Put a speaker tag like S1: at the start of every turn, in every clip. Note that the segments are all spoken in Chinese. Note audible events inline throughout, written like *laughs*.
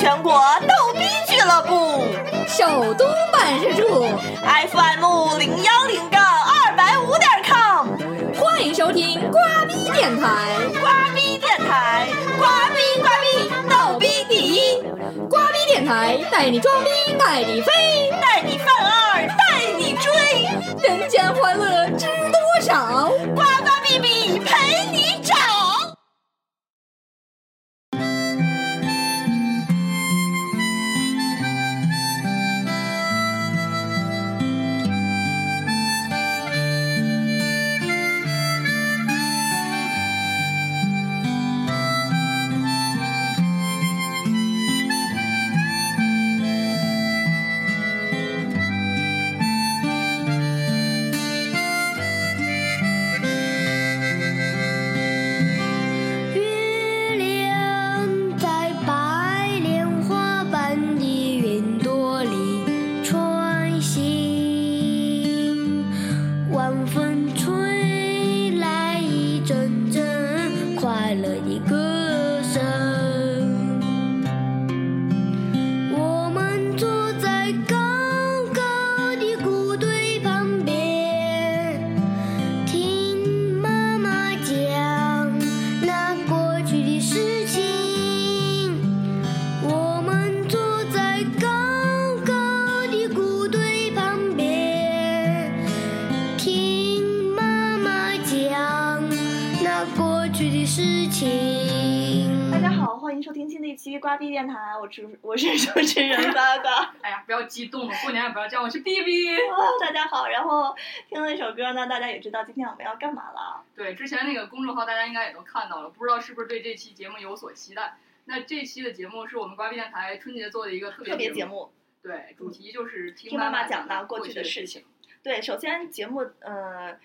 S1: 全国逗逼俱乐部
S2: 首都办事处，
S1: ，FM 零幺零杠二百五点 com，
S2: 欢迎收听瓜逼电台，
S1: 瓜逼电台，瓜逼瓜逼逗逼第一，
S2: 瓜逼电台带你装逼带你飞，
S1: 带你犯二，带你追，
S2: 人间欢乐知多少？
S1: 呱呱逼逼陪你找。
S3: 月亮在白莲花般的云朵里穿行，晚风吹来一阵阵快乐的歌声。我们坐在高高的谷堆旁边。听妈妈讲那过去的事情，我们坐在高高的谷堆旁边，听妈妈讲那过去的事情。
S1: 大家好，欢迎收听新的一期瓜逼电台，我是 *laughs* 我是主持人呱呱。 *laughs*
S4: 哎呀，不要激动了，过年也不要这样。我是 B B。
S1: 大家好，然后听了一首歌呢，大家也知道今天我们要干嘛了。
S4: 对，之前那个公众号大家应该也都看到了，不知道是不是对这期节目有所期待？那这期的节目是我们瓜逼电台春节做的一个特别
S1: 特别节
S4: 节目，
S1: 目，
S4: 对，主题就是听
S1: 听妈妈
S4: 妈
S1: 讲到
S4: 过
S1: 过去的
S4: 的
S1: 事
S4: 情。
S1: 对，首先节目呃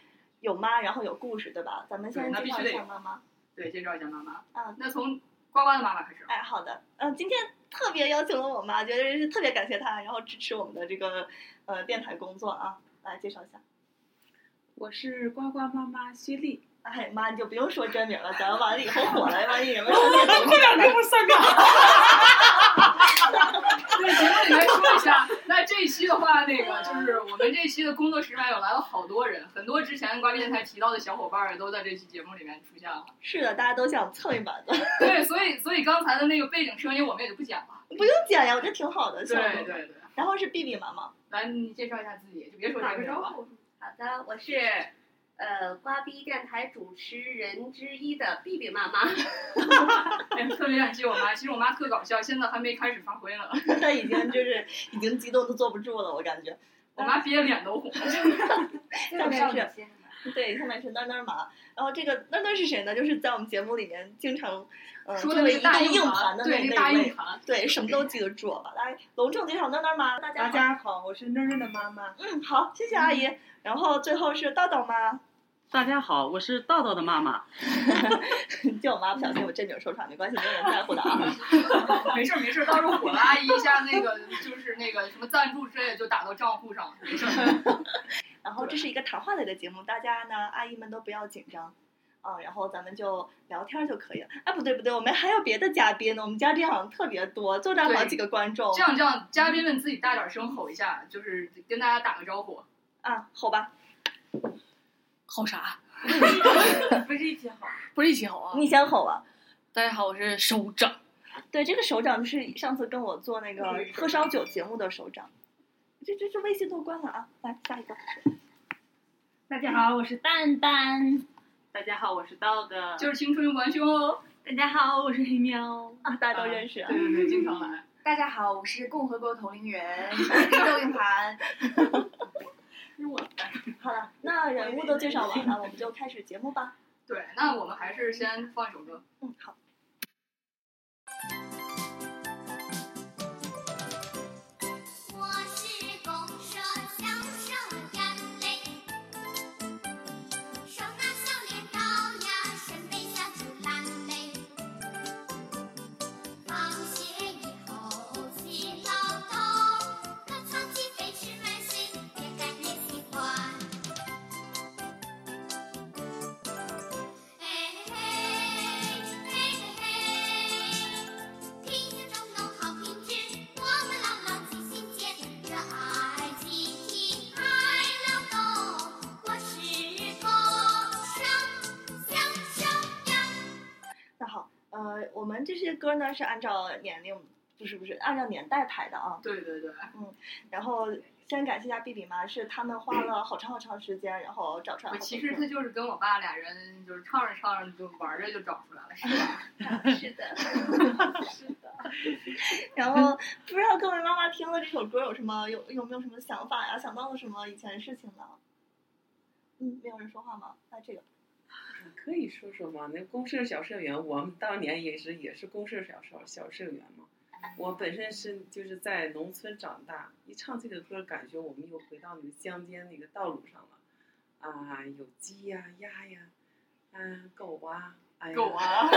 S1: 有妈，然后有故事，对吧？咱们先
S4: 对那
S1: 介
S4: 必
S1: 绍
S4: 须
S1: 一
S4: 得
S1: 下
S4: 有
S1: 妈妈。
S4: 对，介绍一下妈妈。
S1: 啊
S4: 那从呱呱的妈妈开始。
S1: 哎，好的，嗯、今天特别邀请了我啊妈，觉得是特别感谢她，然后支持我们的这个呃电台工作啊，来介绍一下。
S5: 我是呱呱妈妈薛丽， *laughs*
S1: 哎妈，你就不用说真名了，咱
S4: *laughs*
S1: 完了以后火了，万一人们说这个名字
S5: 们三个。
S4: 对，节目里面说一下。那这一期的话，那个就是我们这期的工作室外有来了好多人，很多之前瓜逼电台提到的小伙伴儿也都在这期节目里面出现了。
S1: 是的，大家都想蹭一把的，
S4: 对，所以所以刚才的那个背景声音我们也就不讲了。
S1: 不用剪呀，我觉得挺好的，效
S4: 对
S1: 果
S4: 对对。
S1: 然后是 B B 妈妈，
S4: 来，你介绍一下自己，就别说这个了。
S6: 呼。好的，我是呃瓜逼电台主持人之一的碧碧妈妈。
S5: *laughs*
S4: 哎，特别感谢我妈，其实我妈特搞笑，现在还没开始发挥呢， *laughs*
S1: 她已经就是已经激动都坐不住了，我感觉。
S4: 我妈憋得脸都红。
S1: 下面是对，下面是囡囡麻，然后这个囡囡是谁呢？就是在我们节目里面经常，呃，
S4: 说
S1: 作
S4: 的那
S1: 为一
S4: 个大
S1: 个硬
S4: 盘，
S1: 的
S4: 对，
S1: 那
S4: 那个大
S1: 那一
S4: 硬
S1: 位，
S4: 盘， *laughs*
S1: 对，什么都记得住，吧？来隆重介绍囡囡麻，大
S5: 大
S1: 家好，
S5: 家好，我是囡囡的妈妈。
S1: 嗯，好，谢谢阿姨。然后最后是道道 *laughs* 妈，
S7: 大家好，我是道道的妈妈。
S1: 叫我妈不小心我真名说出来没关系，没有人在乎
S5: *laughs*
S1: 的啊。
S4: 没事儿没事儿，到时候火了阿姨一下那个就是那个什么赞助之类的就打到账户上，没事儿。
S1: 然后这是一个谈话类的节目，大家呢阿姨们都不要紧张。啊、然后咱们就聊天就可以了。哎，不对不对，我们还有别的嘉宾呢，我们嘉宾好像特别多，坐这儿好
S4: 对
S1: 几个观众
S4: 这样这样，嘉宾们自己大点声吼一下，就是跟大家打个招呼。
S1: 啊，好吧。
S8: 吼啥？
S5: 不是一起好，
S8: 不是一起吼啊！
S1: 你先吼吧。
S8: 大家好，我是首长。
S1: 对，这个首长就是上次跟我做那个
S4: 嗯
S1: 喝烧酒节目的首长。这这这微信都关了啊！来下一个，
S5: 大家好，我是蛋蛋。大家好，我是道的
S4: 就是青春有关系哦。
S5: 大家好，我是黑喵。
S1: 啊，大家都认识啊
S4: 对。对对，经常来。
S6: 大家好，我是共和国同龄人，豆硬盘。
S1: 好了，那人物都介绍完了，我们就开始节目吧。
S4: 对，那我们还是先放一首歌。
S1: 嗯，好。
S3: 我是公社享受眼泪，手拿笑脸刀呀，身背小竹篮嘞。放学以后勤劳动，歌唱起飞驰满心，别感人喜欢。哎嘿，嘿嘿。
S1: 呃们这些歌呢是按照年龄，不是不是按照年代排的啊。
S4: 对对对，
S1: 然后先感谢一下比比妈，是他们花了好长好长时间，然后找出来
S4: 我
S1: 好多歌。
S4: 其实他就是跟我爸俩人就是唱着唱着就玩着就找出来了，是吧？
S1: *laughs*
S6: 是的，
S1: 然后不知道各位妈妈听了这首歌有什么有有没有什么想法呀？想到了什么以前的事情呢？嗯，没有人说话吗？那这个
S9: 可以说说吗？那公社小社员，我们当年也是也是公社小社小社员嘛。我本身是就是在农村长大，一唱这个歌，感觉我们又回到那个乡间那个道路上了。啊，有鸡呀、鸭呀，啊，狗啊，哎呀，
S4: 狗啊，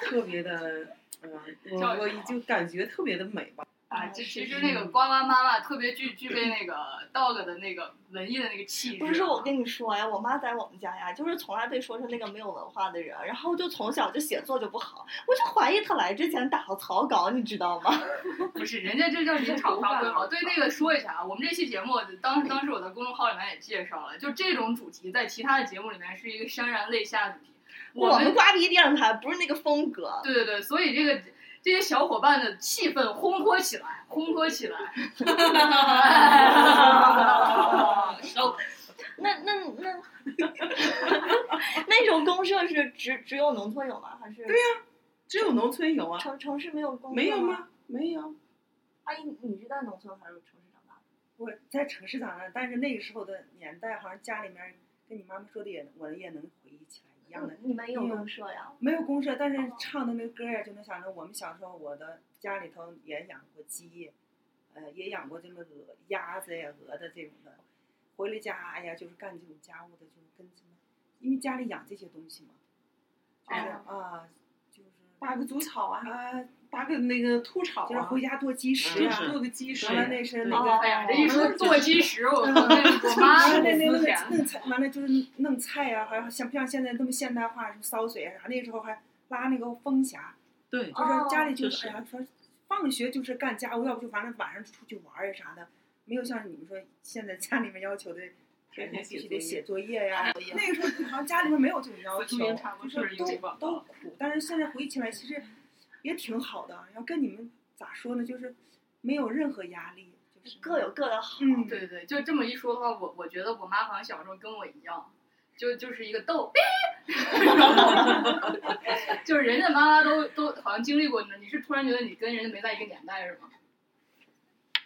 S9: 特别的，嗯、我我就感觉特别的美吧。
S4: 啊，这其实那个呱呱妈妈特别具具备那个 dog 的那个文艺的那个气质。啊
S1: 不是我跟你说呀，我妈在我们家呀，就是从来被说成那个没有文化的人，然后就从小就写作就不好，我就怀疑她来之前打过草稿，你知道吗？
S4: 不是，人家这叫临场发挥好。对那个说一下啊，我们这期节目当当时我在公众号里面也介绍了，就这种主题在其他的节目里面是一个潸然泪下的主题。
S1: 我
S4: 们
S1: 们瓜逼电台不是那个风格，
S4: 对对对，所以这个这些小伙伴的气氛烘托起来，烘托
S1: *laughs*
S4: 起来。 *laughs*
S8: 收
S1: 那那 *laughs* 那那种公社是只只有农村有吗？还是对呀、
S9: 只有农村有啊，
S1: 城城市没有公社
S9: 没有？吗？没有。
S1: 阿姨，啊你是在农村还是城市长大的？
S10: 我在城市长大，但是那个时候的年代，好像家里面跟你妈妈说的也，我也能回忆起来一
S9: 嗯
S10: 样的。
S1: 你们有公社呀？
S10: 嗯没有公社，但
S9: 哦
S10: 是唱的那歌呀，就能想着我们小时候，我的家里头也养过鸡，呃，也养过这么鹅、鸭子呀、鹅的这种的。回了家，哎呀，就是干这种家务的，就是跟什么，因为家里养这些东西嘛，就是啊、就是
S9: 拔个竹草啊，
S10: 啊，
S9: 拔个那个秃草
S10: 就是
S9: 啊，
S10: 回家剁鸡食
S9: 就
S10: 啊
S9: 是，做个鸡食
S10: 完了那是那个
S1: 哦
S4: 哎呀，这一说做基石，我我我妈
S10: 完了那那
S4: 我
S10: 弄
S4: 肤浅。
S10: 弄菜，完了就是弄菜呀、好像像不像现在那么现代化，什么烧水啊啥？那时候还拉那个风匣，
S5: 哦
S7: 对，
S10: 就是家里就
S7: 就是
S10: 是哎呀，说放学就是干家务，要不就完了晚上出去玩儿呀啥的，没有像你们说现在家里面要求的。
S9: 天天
S10: 必
S9: 写
S10: 须得
S9: 作业
S10: 写作业呀、那个时候好像家里面没有这种要
S4: 我
S10: 求
S4: 中间插，过
S10: 就
S4: 就
S10: 是
S4: 是因为
S10: 都
S4: 吧
S10: 都苦。但是现在回忆起来，其实也挺好的。要跟你们咋说呢，就是没有任何压力，就是
S1: 各有各的好。
S10: 嗯，
S4: 对对，就这么一说的话，我我觉得我妈好像小时候跟我一样，就就是一个逗， *laughs* 就是人家妈妈都都好像经历过，你是突然觉得你跟人家没在一个年代是吗？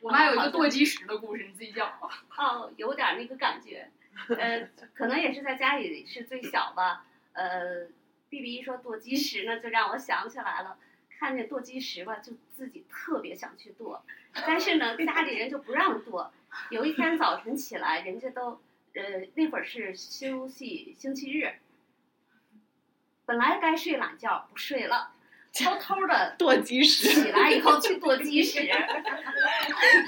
S4: 我
S6: 啊
S4: 妈有
S5: 哦
S4: 一个剁鸡食的故事，你自己讲吧。 *laughs*
S6: 哦，有点儿那个感觉，呃，可能也是在家里是最小吧。呃，B B 一说剁鸡食呢，就让我想起来了，看见剁鸡食吧，就自己特别想去剁，但是呢，家里人就不让剁。有一天早晨起来，人家都，呃，那会儿是休息星期日，本来该睡懒觉不睡了，偷偷的
S1: 剁鸡食，
S6: 起来以后去剁鸡食，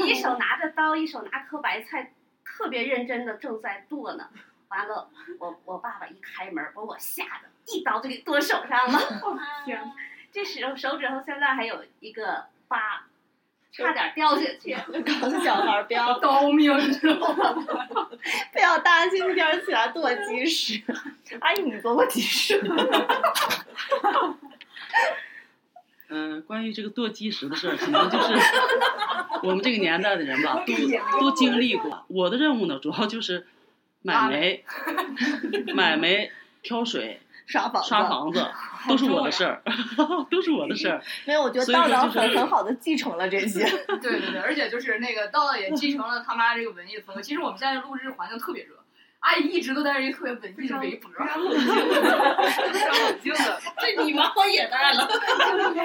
S6: 一手拿着刀，一手拿颗白菜，特别认真的正在剁呢。完了，我我爸爸一开门，把我吓得一刀就给剁手上了。
S5: 天
S6: 这手手指头现在还有一个疤，差点掉下去。
S1: 告诉小孩儿
S4: *laughs*
S1: 不要
S4: 刀命，你知道吗？
S1: 不要大兴点儿起来剁鸡食。 *laughs* 阿姨，你剁过鸡食吗？
S7: 嗯，关于这个剁鸡食的事儿，可能就是我们这个年代的人吧，都都经历过。我的任务呢，主要就是买煤、买煤、挑水、
S1: 刷房
S7: 刷
S1: 子？
S7: 房子，都是我的事儿， *laughs* 都是我的事儿。
S1: 没有，我觉得
S7: 所以说
S1: 道长
S7: 就是
S1: 很很好的继承了这些。 *laughs*
S4: 对对对，而且就是那个道道也继承了他妈这个文艺的风格。其实我们现在录制环境特别热，阿姨一直都带着一个特别文艺的围脖，非常冷静，非常冷静的。
S8: *laughs* 这你妈我也带了。
S4: *laughs*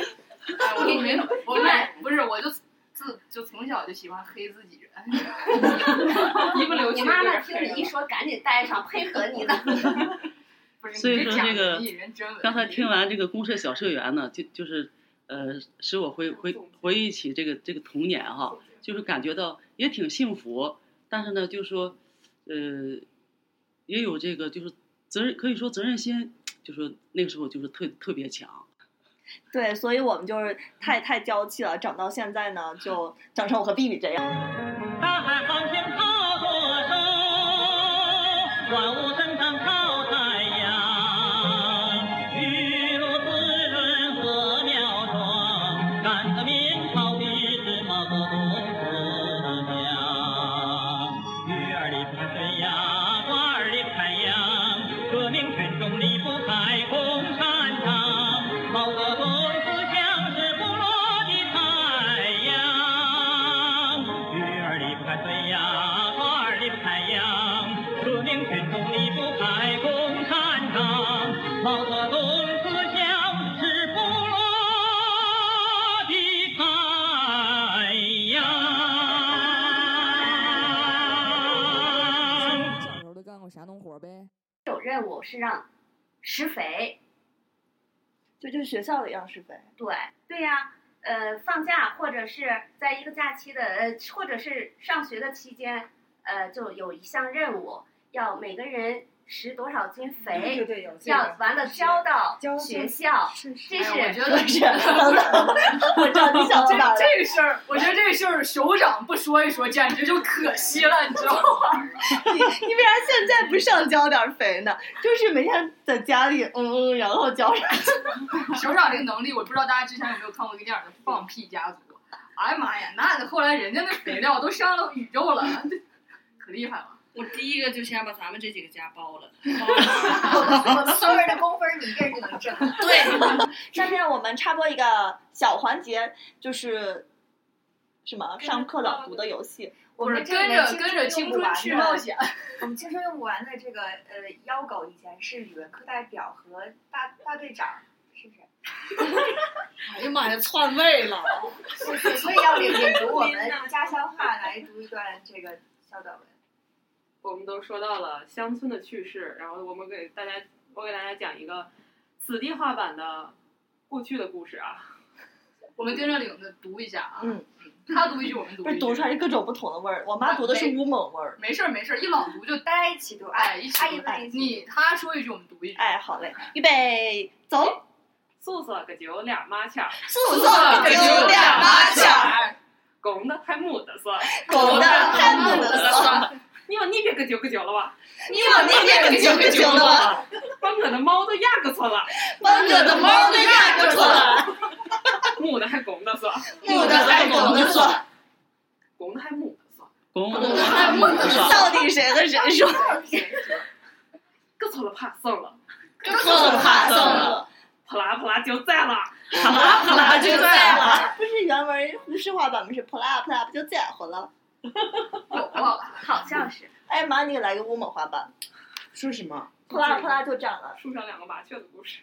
S4: 哎，我没，我没，不是，我就自就从小就喜欢黑自
S6: *laughs*
S4: 己人，一不留
S6: 你
S4: 情。
S6: 妈妈听
S11: 啊
S6: 你一说，赶紧带上，配合你的。
S4: 不是，
S7: 所以
S4: 你
S7: 说
S4: 讲
S7: 这个
S4: 艺人真文艺
S7: *laughs* 刚才听完这个公社小社员呢，就就是呃，使我回回回忆起这个这个童年哈，就是感觉到也挺幸福，但是呢，就说呃，也有这个就是责任，可以说责任心，就是那个时候就是特特别强。
S1: 对，所以我们就是太太娇气了，长到现在呢，就长成我和 B B 这样。
S2: 大海航行踏过舟，万物生长靠太阳。雨露滋润禾苗，
S6: 任务是让施肥，
S1: 就就是学校的样式
S6: *laughs*
S1: 呗。 *laughs*
S6: 对对呀、呃，放假或者是在一个假期的，呃，或者是上学的期间，呃，就有一项任务，要每个人拾多少斤肥，
S10: 对对对有这
S6: 要
S10: 个
S6: 完了交到
S10: 交
S6: 学
S10: 到
S6: 校，这是、
S4: 哎我觉得
S6: *laughs*
S1: 是等等，我知道你想到
S4: 这
S1: 哪儿了。
S4: 这个事儿，我觉得这个事儿首长不说一说，简直就可惜了，你知道吗？
S1: 你为啥现在不上交点儿肥呢？就是每天在家里嗯嗯，然后交上去。
S4: *laughs* 首长这个能力，我不知道大家之前有没有看过一个电影叫《放屁家族》。哎呀妈呀，那后来人家那肥料都上了宇宙了， *laughs* 可厉害了。
S8: 我第一个就先把咱们这几个家包了。
S11: 我
S6: *laughs*
S11: 们所有人的工分儿你一个人就能挣。
S1: *laughs* 下面我们插播一个小环节，就是什么上课朗读的游戏。
S11: 我
S4: 不是
S11: 们这
S4: 跟
S11: 个
S4: 着
S11: 青
S4: 跟着
S11: 用
S4: 青
S11: 不
S4: 春
S11: 完
S4: 去
S11: 的
S4: 冒险，
S11: 我们青春用不完的这个呃邀狗以前是语文课代表和大大队长，是不是？
S8: 哎呀妈呀，篡位了！
S11: 对对，所以要领领读我们家乡话来读一段这个小短文。
S12: 我们都说到了乡村的趣事，然后我们给大家，我给大家讲一个子弟化版的过去的故事啊。
S4: *laughs* 我们跟着领子读一下啊。
S1: 嗯，
S4: 他读一句，我们读
S1: 不
S4: 一
S1: 是
S4: 句。
S1: 读出来是各种不同的味儿。啊我妈读的是乌蒙味儿。
S4: 没事儿没事儿，一朗读就
S11: 大家一起读，
S4: 哎，一起
S11: 阿姨
S4: 读。
S11: 们一起读
S4: 你他说一句，我们读一句。
S1: 哎，好嘞，预备走。
S12: 素色个酒俩麻雀儿，
S1: 素色个酒俩麻雀儿，
S12: 公的还母的色，
S1: 公的还母的
S12: 色。你往那边个酒个酒了吧？
S1: 你往哎那边个酒个酒了吧？
S12: 帮我的猫都压个错了，
S1: 帮我的猫都压个错了，
S12: 母的还公的色，
S1: 母的还公的色，
S12: 公的还母的色，
S7: 公
S12: 的还母的色，
S1: 到底谁和谁说？
S12: 个错了怕送了。
S1: 个错了怕送了，
S12: 啪啦啪啦就在了，啪啦啪
S1: 啪
S12: 啦
S1: 啦
S12: 就
S1: 就
S12: 在
S1: 在
S12: 了。
S1: 了。不是原文诗化版吗？是扑啦扑啦不就在乎了？
S6: 好像是
S1: 哎妈，你给来个乌蒙话版，
S9: 说什么？
S1: 扑啦扑啦就涨了。
S12: 树上两个麻雀的故事，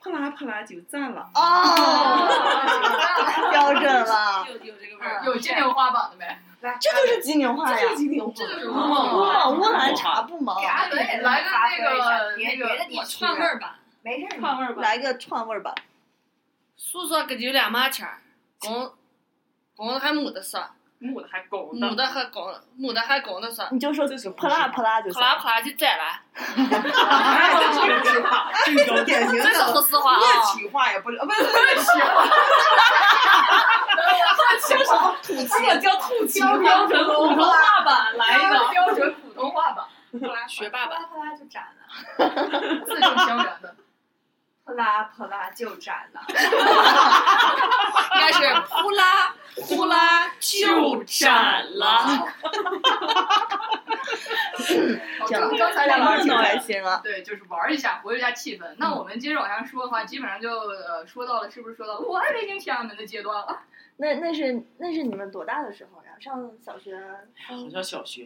S9: 啪啦啪啦就赞了。
S1: 哦，标准了，
S8: 有有这个味儿，
S4: 有金牛花榜的没？
S1: 这就是吉宁
S6: 哎
S1: 话呀，
S6: *laughs*
S9: 吉宁话，
S4: 这就是
S1: 乌
S4: 乌蒙
S1: 蒙乌
S4: 话
S1: 蒙乌兰察不蒙
S11: 给，阿伦也
S4: 来个
S11: 发挥
S4: 那个
S11: 一下别
S4: 那个
S11: 别的地
S8: 我
S11: 区
S8: 串味儿吧。
S11: 没事儿，
S12: 串味儿吧。
S1: 来个串味儿版。
S8: 素色个酒俩麻雀儿，公公的还母的色，
S12: 母的还公
S8: 母
S12: 的，
S8: 的还公母的还公的色，
S1: 你就说扑啦扑啦就
S8: 啪
S1: 行。
S8: 啦啪啦就再来，
S9: 哎，这是话， *laughs* 这种典型
S8: 这是
S9: 的
S8: 何四话啊
S9: 乐！企话也不是，呃不是乐企话，
S8: 我叫吐气
S12: 标准普通话版来一个。
S4: 标准普通话版，
S8: 学霸
S11: 啪
S8: 版，
S11: 啦啪啦就斩了，
S4: 字正腔圆的。
S11: 啪啦啪啦就斩了。
S8: 应该是呼啦呼啦就斩了。
S4: 好
S1: 行
S4: 刚刚才
S1: 两
S4: 两个
S1: 个人
S4: 挺
S1: 都
S4: 开
S1: 开
S4: 心。
S1: 心了。
S4: 对，就是玩儿一下，活跃一下气氛。那我们接着往下说的话，基本上就呃说到了，是不是说到了我爱北京天安门的阶段了？
S1: 那那是那是你们多大的时候呀？上小学？
S7: 好像小学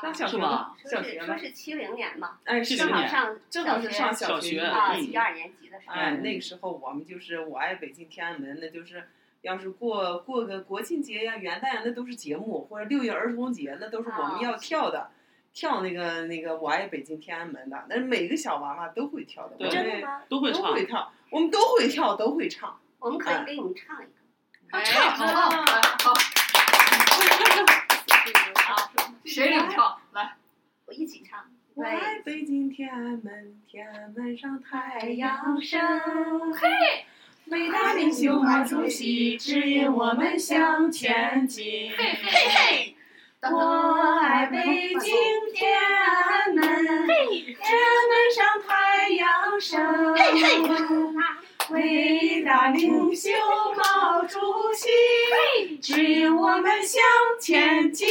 S9: 上小
S7: 是
S9: 学
S7: 吧
S9: 了，
S6: 说
S9: 小
S6: 是
S9: 学
S6: 啊说
S9: 了，
S6: 是七零年嘛，
S9: 哎，是
S6: 正
S7: 70
S6: 好
S7: 年
S6: 上
S9: 正好是上小
S7: 学
S6: 啊
S7: 嗯
S6: 一二年级的时候，
S9: 哎，那个时候我们就是我爱北京天安门，那就是要是过过个国庆节呀、元旦呀，那都是节目，或者六一儿童节，那都是我们要跳的，跳那个那个我爱北京天安门的，那每个小娃娃都会跳的，
S7: 对
S9: 我
S1: 真的
S9: 们
S1: 吗？
S7: 都会
S9: 都
S7: 唱，
S9: 会跳，我们都会跳，都会唱。
S6: 我们可
S11: 嗯
S6: 以给你们唱一个。
S4: 哎，好好好，
S6: 好，
S4: 谁领唱？来，
S6: 我一起唱。
S9: 我
S6: 对，
S9: 爱北京天安门，天安门上太
S6: 太
S9: 阳。
S6: 阳升。
S9: 伟大领袖毛主席指引我们向前进。
S4: 嘿嘿嘿，
S9: 我爱北京天安门，天安门上太阳升。伟大领袖毛主席指引我们向前进。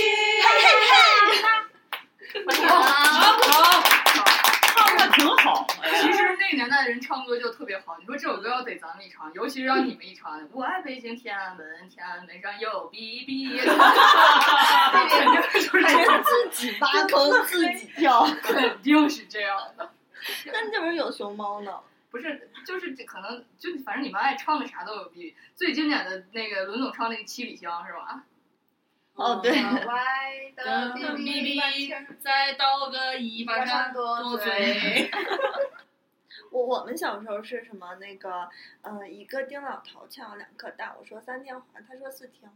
S7: 唱的挺好。
S4: 其实那个年代的人唱歌就特别好。你说这首歌要得咱们一唱，尤其是让你们一唱，我爱北京天安门，天安门上有 BB。
S1: 自己挖坑自己跳。
S4: 肯定是这样的。
S1: 那你怎么有熊猫呢？
S4: 不是，就是这可能就反正你们爱唱的啥都有比。最经典的那个伦总唱那个《七里香》是吧？
S1: 哦对，
S11: 歪的
S8: 跟
S11: 哔
S8: 哔
S11: 哔
S8: 哔，再倒个一把扇多嘴。
S1: 我我们小时候是什么那个呃，一个丁老头欠我两颗蛋，我说三天还，他说四天还。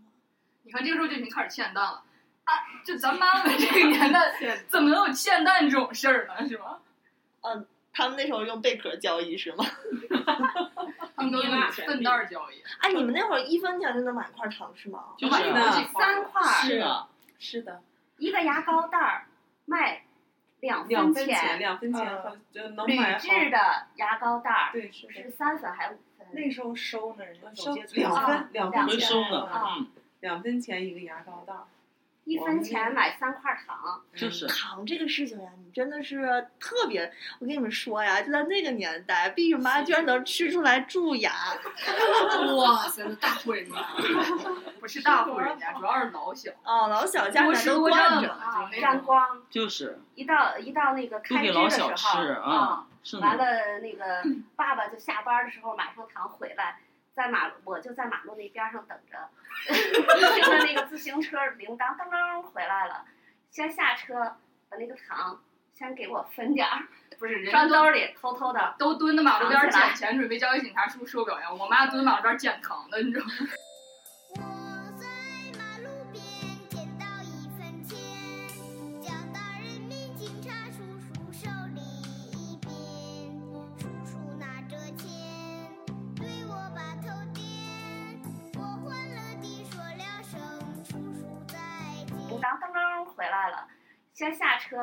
S4: 你看这个时候就已经开始欠蛋了啊！就咱妈妈这个年代，怎么能有欠蛋这种事儿呢？是吧？
S1: 嗯，他们那时候用贝壳交易是吗？ *laughs*
S4: 他们都用粪蛋儿交易，
S1: 哎，你们那会儿一分钱就能买块糖是吗？
S7: 就是啊
S6: 呢，三块儿
S7: 是啊，
S9: 是的，
S6: 一个牙膏袋儿卖两
S9: 两分
S6: 分
S9: 钱，呃两分钱好就能买
S6: 铝
S9: 好。
S6: 制的牙膏袋儿，
S9: 对，是
S6: 是三分还是五分？
S10: 那时候收呢，人家走
S9: 收
S10: 街
S9: 两
S6: 啊
S9: 分，两分
S6: 回
S9: 钱
S6: 收呢
S9: 啊
S6: 嗯，
S9: 两分钱一个牙膏袋儿，
S6: 一分钱买三块糖，
S7: 就是
S1: 糖这个事情呀，你真的是特别，我跟你们说呀，就在那个年代，毕竟妈居然能吃出来蛀牙，
S8: 哇塞，那大户人家，
S4: *laughs* 不是大户人家，主要是老小。
S1: 哦，老小家
S4: 多
S1: 里
S4: 吃
S1: 都
S4: 多
S1: 惯
S4: 占
S7: 啊
S1: 着。
S4: 嘛，就那
S6: 沾
S4: 种
S6: 光。
S7: 就是
S6: 一到一到那个
S7: 不
S6: 开
S7: 给
S6: 支
S7: 老
S6: 的
S7: 小
S6: 时候
S7: 吃啊，是
S6: 完
S7: 呢，
S6: 了那个爸爸就下班的时候买上糖回来，在马路我就在马路那边上等着， *laughs* 听着那个自行车铃铛当当回来了，先下车把那个糖先给我分点儿，
S4: 不是人家
S6: 装
S4: 都
S6: 兜里偷偷的，
S4: 都蹲在马路边儿
S6: 藏起
S4: 捡
S6: 来
S4: 钱，准备交给警察叔叔说表扬。我妈蹲马路边儿捡糖的，你知道吗？
S3: 捡到一分钱，交到人民警察叔叔手里边。叔叔拿着钱对我把头点，我欢乐地说了声叔叔再
S6: 铃
S3: 见。
S6: 铛当当回来了，先下车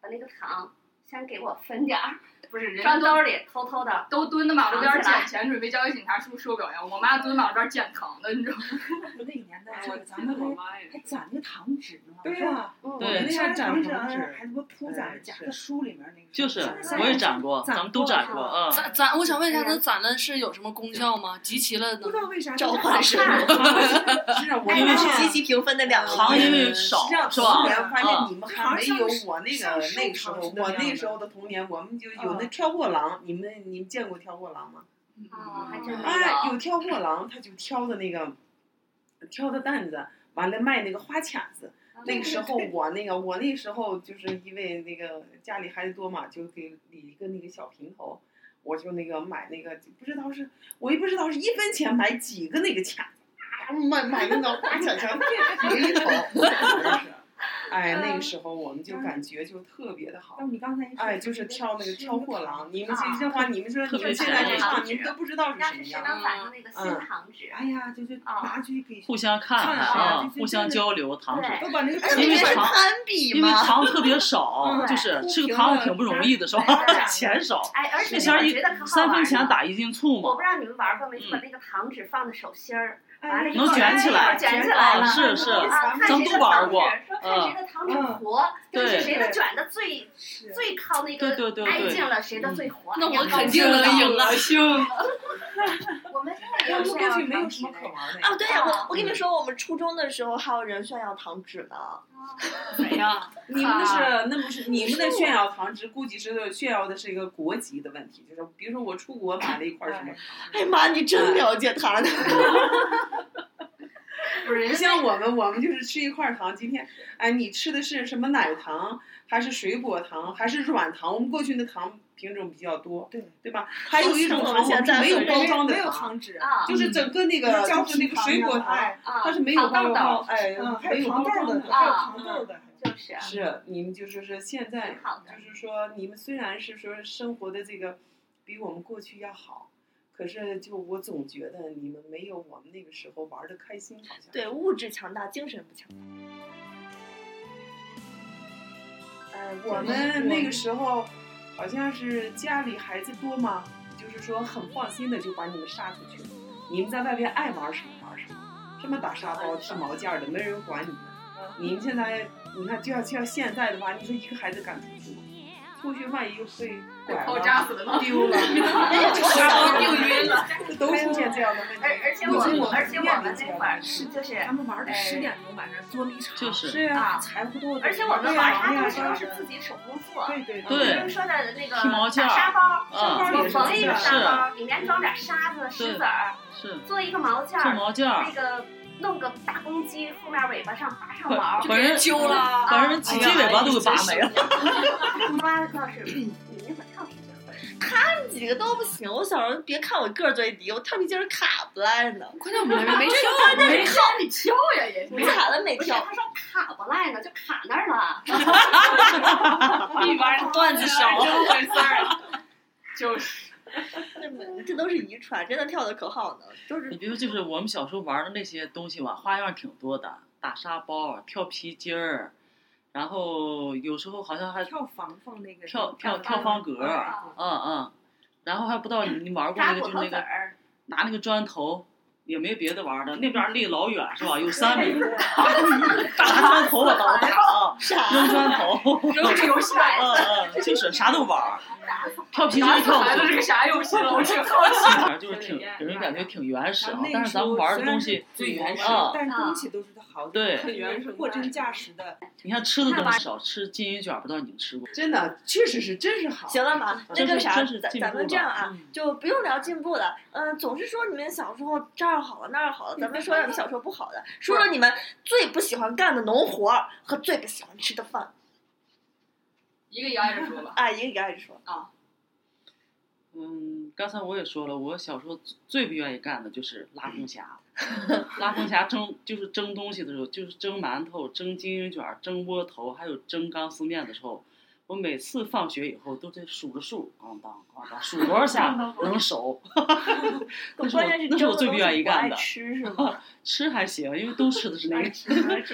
S6: 把那个糖先给我分点儿，
S4: 不是人家
S6: 装
S4: 都
S6: 兜里偷偷的，
S4: 都蹲在马路边
S6: 藏
S4: 儿
S6: 起来
S4: 捡钱，准备交给警察叔叔说表扬。我妈蹲马路边儿捡糖的，你知道吗？
S10: 哎那个年代，
S12: 我
S10: 咱们
S12: 记得我
S10: 还
S12: 妈也
S10: 还攒那个糖纸呢，
S9: 对
S10: 是吧？
S6: 嗯
S10: 我
S7: 对
S10: 们那
S9: 还
S10: 还
S9: 攒
S10: 纸啊
S9: 糖纸
S10: 还他妈铺攒着夹在书里面那个。
S7: 就是
S10: 现在
S7: 我也
S10: 是
S7: 攒过，咱们都攒过啊。
S8: 攒攒，我想问一下，它攒了是有什么功效吗？集齐了呢
S10: 不？知道为啥 *laughs*
S1: 召唤
S10: 是
S1: 生
S10: 是，
S9: 啊
S10: 我
S1: 哎
S7: 因为
S10: 是
S7: 是
S1: 极其平分的两个
S7: 糖
S9: 嗯
S7: 因为少是吧？
S9: 发现
S7: 啊，
S9: 你们还没有我那个那个时候，我那时候的童年，我们就有那跳货郎，你们你们见过跳货郎吗？
S4: 嗯
S6: 哦，还真没
S9: 哎，有
S6: 有。
S9: 挑货郎，他就挑的那个，挑的担子，完了卖那个花卡子。
S7: 哦
S9: 那个时候我那个我那时候就是因为那个家里孩子多嘛，就给理一个那个小平头，我就那个买那个不知道是我也不知道是一分钱买几个那个卡子，啊买买那个花卡 *laughs* 卡理一头，哎，
S7: 嗯
S9: 那个时候我们就感觉就特别的好。
S10: 啊但你刚才一说
S9: 哎，就是挑那个挑货郎，你们这这话，你们说
S7: 啊特
S9: 你
S7: 别啊
S9: 们现在
S7: 便
S9: 这
S7: 宜
S9: 唱，你们都不知道是
S6: 要
S9: 什
S6: 是
S9: 么
S6: 谁
S9: 样。
S6: 能攒上那
S7: 啊
S6: 个新
S9: 嗯
S6: 糖纸，
S10: 哎呀，就是拿去给
S7: 互相看
S10: 看
S7: 看
S10: 啊
S7: 啊，
S10: 就是
S7: 互相交流糖
S6: 对
S7: 纸， *laughs*
S10: 都把那个
S1: 哎，你们
S7: 因
S9: *laughs*
S7: 为
S1: 是
S7: 糖
S1: 攀比
S7: 因为
S1: 吗？
S7: 糖特别少，
S6: 嗯
S7: 就是
S9: 对
S7: 吃
S9: 铺
S7: 个
S9: 平
S7: 糖
S9: 了
S7: 挺不容易的，是吧
S10: 对？
S7: 钱少，
S6: 哎，而
S7: 那
S6: 且我
S7: 前儿一
S6: 觉得可好
S7: 三
S6: 玩
S7: 分
S6: 儿哦
S7: 钱
S6: 了
S7: 打一斤醋
S6: 我不
S7: 嘛，
S6: 知道你们玩过没，就把
S7: 嗯
S6: 那个糖纸放在手心儿，
S10: 哎
S6: 完了以
S7: 能
S6: 后
S7: 卷起来
S6: 卷起来了。
S7: 啊是是
S6: 啊，看
S7: 咱
S6: 谁
S7: 都
S6: 的
S7: 玩
S6: 糖
S7: 过嗯
S6: 纸，说看谁的糖纸活，就是
S7: 对
S6: 谁的卷的最最靠那
S7: 对对
S6: 个
S7: 对
S6: 挨
S7: 对嗯
S6: 近了，谁的最活。哎
S8: 那我
S6: 然后
S8: 肯定能赢啊！
S11: 我们现在也
S9: 要
S11: 有
S9: 不
S11: 这
S9: 过去
S11: 样
S9: 没有
S11: 的
S9: 什么可玩的呀。
S1: 啊，对呀，我我
S7: 嗯
S1: 跟你们说，我们初中的时候还有人炫耀糖纸呢。
S8: 谁呀？
S9: 你们那是那不是你们的炫耀糖纸，估计是炫耀的是一个国籍的问题，就是比如说我出国买了一块什么，
S1: *laughs* 哎妈，你真了解他呢。 *laughs*
S4: 不是人
S9: 不
S4: 家
S9: 像我们，我们就是吃一块糖。今天哎，你吃的是什么奶糖，还是水果糖，还是软糖？我们过去的糖品种比较多，
S10: 对
S9: 对吧？还有一种糖我们是没有包装的
S10: 没有
S9: 糖，
S10: 糖纸，
S6: 啊
S9: 就是整个那个就是那个水果糖，
S10: 哎，
S6: 啊，
S9: 它是没有
S6: 糖豆
S9: 包装，
S6: 豆，
S9: 哎
S10: 嗯，，还
S9: 没
S10: 有
S9: 有
S10: 糖
S9: 包
S10: 豆
S9: 装
S10: 的，
S9: 的。
S10: 还有糖豆的，
S6: 就是啊
S9: 是，你们就是说现在
S6: 挺好的
S9: 就是说你们虽然是说生活的这个比我们过去要好，可是就我总觉得你们没有我们那个时候玩的开心，好像
S1: 对，物质强大，精神不强。
S9: 哎，我们那个时候好像是家里孩子多嘛，就是说很放心的就把你们杀出去了，你们在外边爱玩什么玩什么，什么打沙包、踢毛毽儿的，没人管你们。你们现在你看，就要就要现在的话，你说一个孩子敢出去吗？出去万一被拐
S4: 被
S9: 了、
S4: 包扎死了呢
S9: 丢 *laughs* 了，
S7: 哎
S8: 小
S7: 哦
S8: 时候丢晕
S9: 了，都出现这样的问题。
S6: 而而且
S9: 不
S6: 我
S9: 仅
S6: 们
S9: 我
S6: 而且我们那会儿
S9: 是
S6: 就是
S10: 他们玩到
S6: 哎
S10: 十点钟晚上捉迷藏，
S7: 就是
S9: 是啊，
S6: 啊，
S9: 财不多，啊
S6: 而且我们玩啥东西都是自己手工做。
S9: 对啊对
S6: 就
S7: 对
S6: 是说的那个
S7: 皮毛毽
S6: 打
S7: 儿
S6: 沙包，
S7: 嗯
S6: 我缝一个
S7: 是
S6: 沙包，里面装点沙子、石子儿，
S7: 是
S6: 做一个毛毽
S7: 做
S6: 儿，
S7: 毛毽
S6: 那
S7: 儿，
S6: 个弄个大公鸡，后面尾巴上拔上毛，
S7: 把人
S8: 揪了
S7: 把人鸡
S6: 哎
S7: 尾巴都给拔没了。
S6: *laughs* 妈倒是，你那会儿跳皮筋儿会
S1: 他们几个都不行。我小时候别看我个儿最低，我跳皮筋儿卡不赖呢。
S8: 关键我们没跳
S1: 关键
S8: 没
S1: 是
S8: 跳
S1: 靠
S4: 你跳呀也
S1: 你卡了没
S6: 不是，
S1: 跳
S6: 他？说卡不赖呢，就卡那儿了。
S8: 一般人段子少，
S1: *laughs*
S4: 真回事儿啊，就是
S1: 这这都是遗传，真的跳的可好呢，都是
S7: 你比如就是我们小时候玩的那些东西吧，花样挺多的，打沙包、跳皮筋儿，然后有时候好像还嗯
S10: 跳防缝那个
S7: 跳跳
S10: 跳
S7: 跳方格
S9: 啊
S7: 儿，嗯嗯，然后还不知道你你玩过那
S6: 扎
S7: 个
S6: 骨
S7: 就是
S6: 头
S7: 那
S6: 子
S7: 个
S6: 儿，
S7: 拿那个砖头，也没别的玩儿的，那边儿离老远是吧？有三
S6: *laughs*
S7: 米，
S9: 啊
S7: 打砖头我倒打
S1: 哦
S7: 啊，扔砖头，
S8: 扔这游戏
S7: 嗯嗯，就是啥都玩儿，跳皮筋儿、跳
S4: 孩子这
S7: 舞
S4: 个。啥游戏了？我挺好奇。
S7: 反正就是挺给人感觉挺原始啊
S10: 那，
S7: 但
S10: 个时
S7: 是咱
S10: 候
S7: 们玩
S10: 虽
S7: 的
S10: 然
S7: 东
S10: 是
S7: 西
S10: 最原始
S7: 啊，
S10: 但东西都是好，
S7: 对
S10: 很原始、货真价实的。
S7: 你看吃的东西少，吃金鱼卷儿不知道你们吃过？
S9: 真的，确实是，真是好。
S1: 行了嘛，那
S7: 这
S1: 个
S7: 是
S1: 啥，
S7: 这是
S1: 咱
S7: 进
S1: 咱
S7: 步嗯
S1: 们这
S7: 吧
S1: 样啊，就不用聊进步了。嗯，总是说你们小时候这儿好了那儿好了，咱们说点你们小时候不好的，说说你们最不喜欢干的农活儿和最不喜欢吃的饭。
S4: 一个一个挨着说吧。
S1: 啊，一个一个挨着说。
S4: 啊，
S7: 嗯，刚才我也说了，我小时候最最不愿意干的就是 *laughs* 拉风匣，拉风匣蒸就是蒸东西的时候，就是蒸馒头、蒸金鱼卷儿、蒸窝头，还有蒸钢丝面的时候，我每次放学以后都得数着数，咣当咣当，数多少下 *laughs* 能熟。那是我
S1: 关键是
S7: 那是我
S1: 蒸的
S7: 最不
S1: 东
S7: 愿
S1: 西
S7: 意
S1: 不
S7: 干
S1: 爱
S7: 的，
S1: 吃是吗？
S7: 吃还行，因为都吃的是那个，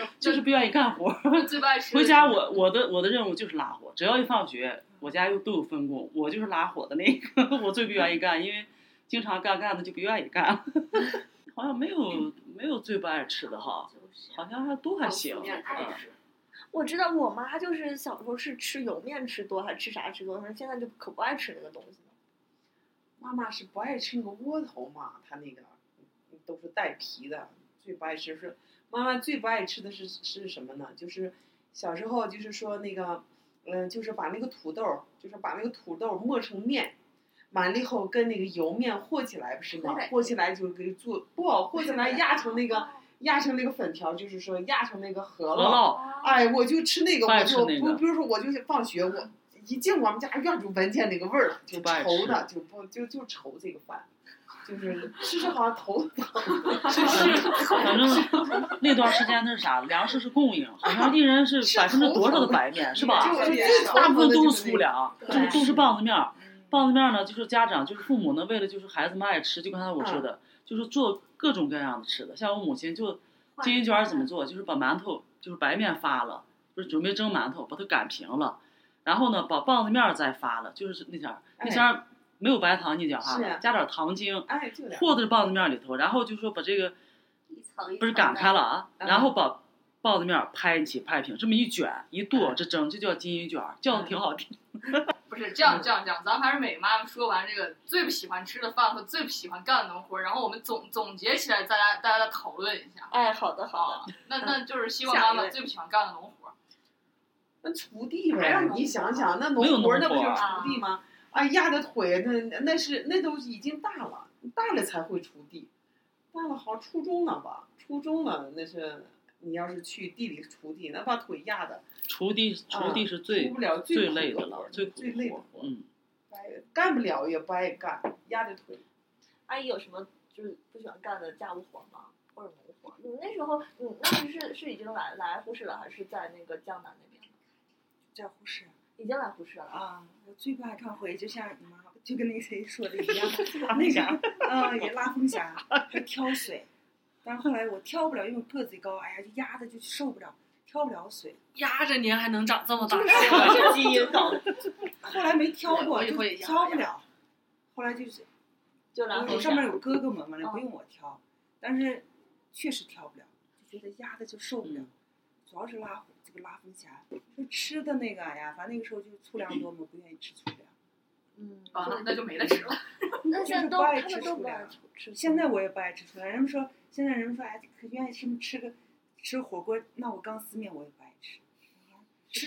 S7: *laughs* 就是不愿意干活儿。
S4: 最不爱吃的
S7: 回家我我的我的任务就是拉火，只要一放学，我家又都有分工，我就是拉火的那个， *laughs* 我最不愿意干，因为经常干干的就不愿意干。 *laughs* 好像没有没有最不爱吃的哈，嗯好像还哦都还行。
S6: 哎
S7: 嗯
S1: 我知道我妈就是小时候是吃油面吃多，还是吃啥吃多，反正现在就可不爱吃那个东西了。
S9: 妈妈是不爱吃那个窝头嘛，她那个都是带皮的，最不爱吃是妈妈最不爱吃的是是什么呢？就是小时候就是说那个，嗯，就是把那个土豆，就是把那个土豆磨成面。完了以后跟那个油面和起来不哦是吗
S6: 和在？
S9: 和起来就给做不和起来压成 *laughs* 那个压成那个粉条，就是说压成那个饸
S7: 饸
S9: 饹
S7: 饹。 *laughs*
S9: 哎，我就吃那个，
S7: 不
S9: 我
S7: 爱吃
S9: 就
S7: 那
S9: 不
S7: 个
S9: 比如说我就是放学我一进我们家院儿就闻见那个味儿了，就
S7: 不爱
S9: 愁
S7: 吃
S9: 的，就不就就愁这个饭，就是吃着好像
S7: *laughs*
S9: 头疼。
S7: 反正那段时间那是啥，粮食是供应，好像一人 *laughs* 是百分之多少的白面是 *laughs* 吧
S9: 就是最？
S7: 大
S9: 头
S7: 部分
S9: 疼的
S7: 都
S9: 就是是那
S7: 粗粮，就是都是棒子面儿。棒子面儿呢，就是家长就是父母呢，为了就是孩子们爱吃，就刚才我说
S9: 嗯
S7: 的，就是做各种各样的吃的。像我母亲就金鱼卷儿怎么做，就是把馒头就是白面发了，就是准备蒸馒头，把它擀平了，然后呢把棒子面儿再发了，就是那前儿那前儿没有白糖，你讲话
S9: 哎是啊
S7: 了，加点儿糖精，
S9: 哎，就点儿
S7: 和到这棒子面儿里头，然后就说把这个
S6: 啊一层一层的
S7: 不是擀开了啊，
S9: 嗯
S7: 然后把棒子面儿拍起拍平，这么一卷一剁，
S6: 嗯
S7: 这蒸就叫金鱼卷儿，叫的挺好听。
S4: 不是这样这样这样，咱们还是每个妈妈说完这个最不喜欢吃的饭和最不喜欢干的农活，然后我们总总结起来，大家大家再讨论一下。
S1: *laughs* 哎，好的好的。
S4: 啊，那那就是希望妈妈最不喜欢干的农活。
S9: 那锄地
S4: 没有
S9: 呗
S4: 农，
S9: 你想想，那
S7: 哎没有
S9: 农活儿那
S7: 农
S9: 不
S7: 活
S9: 就是
S7: 儿
S9: 锄地吗？哎，压的腿那那是那都已经大了，大了才会锄地，大了好像初中了吧？初中了那是你要是去地里锄地，那把腿压的
S7: 锄地锄
S6: 嗯
S7: 地是最
S9: 出不了最
S7: 最
S9: 苦
S7: 累
S9: 的
S7: 的
S9: 活
S7: 了
S9: 儿，
S7: 最苦
S9: 最累
S7: 的活儿
S9: 的活儿
S7: 嗯，
S9: 哎干不了也不爱干，压着腿。
S1: 阿姨有什么就是不喜欢干的家务活吗？或者农活？你那时候，你那时是是已经来来呼市了，还是在那个江南那边？
S10: 在呼市
S1: 已经来呼市 *laughs* 了。
S10: 啊，我最不爱干活，就像你妈，就跟那个谁说的一样
S7: *laughs* 拉，风
S10: 那个
S7: 匣
S10: 啊、也拉风匣，
S7: *laughs*
S10: 还挑水。但后来我挑不了，因为我个子高，哎呀，就压着就受不了，挑不了水。
S8: 压着您还能长这么大，
S6: 啊
S1: 是基因搞的，
S10: 后来没挑过，
S8: 我也
S10: 就
S8: 会压
S10: 挑不了。后来就是
S1: 就来
S10: 我
S1: 呼市
S10: 上。面有哥哥们
S1: 嗯
S10: 嘛，那不用我挑，但是确实挑不了，就觉得压的就受不了。
S1: 嗯
S10: 主要是拉这个拉风匣，就吃的那个哎呀，反正那个时候就粗粮多嘛，不愿意吃粗粮。
S1: 嗯，
S4: 啊，那就没得吃了。
S7: 嗯
S1: 那
S10: 就
S1: 现
S10: 是
S1: 在
S10: 不
S1: 都
S10: 爱
S1: 他
S10: 吃
S1: 们都
S10: 粗
S1: 不爱
S10: 粮
S1: 吃吃。
S10: 现在我也不爱吃粗粮，人们说现在人们说哎，可愿意吃吃个吃火锅，那我钢丝面我也不爱吃，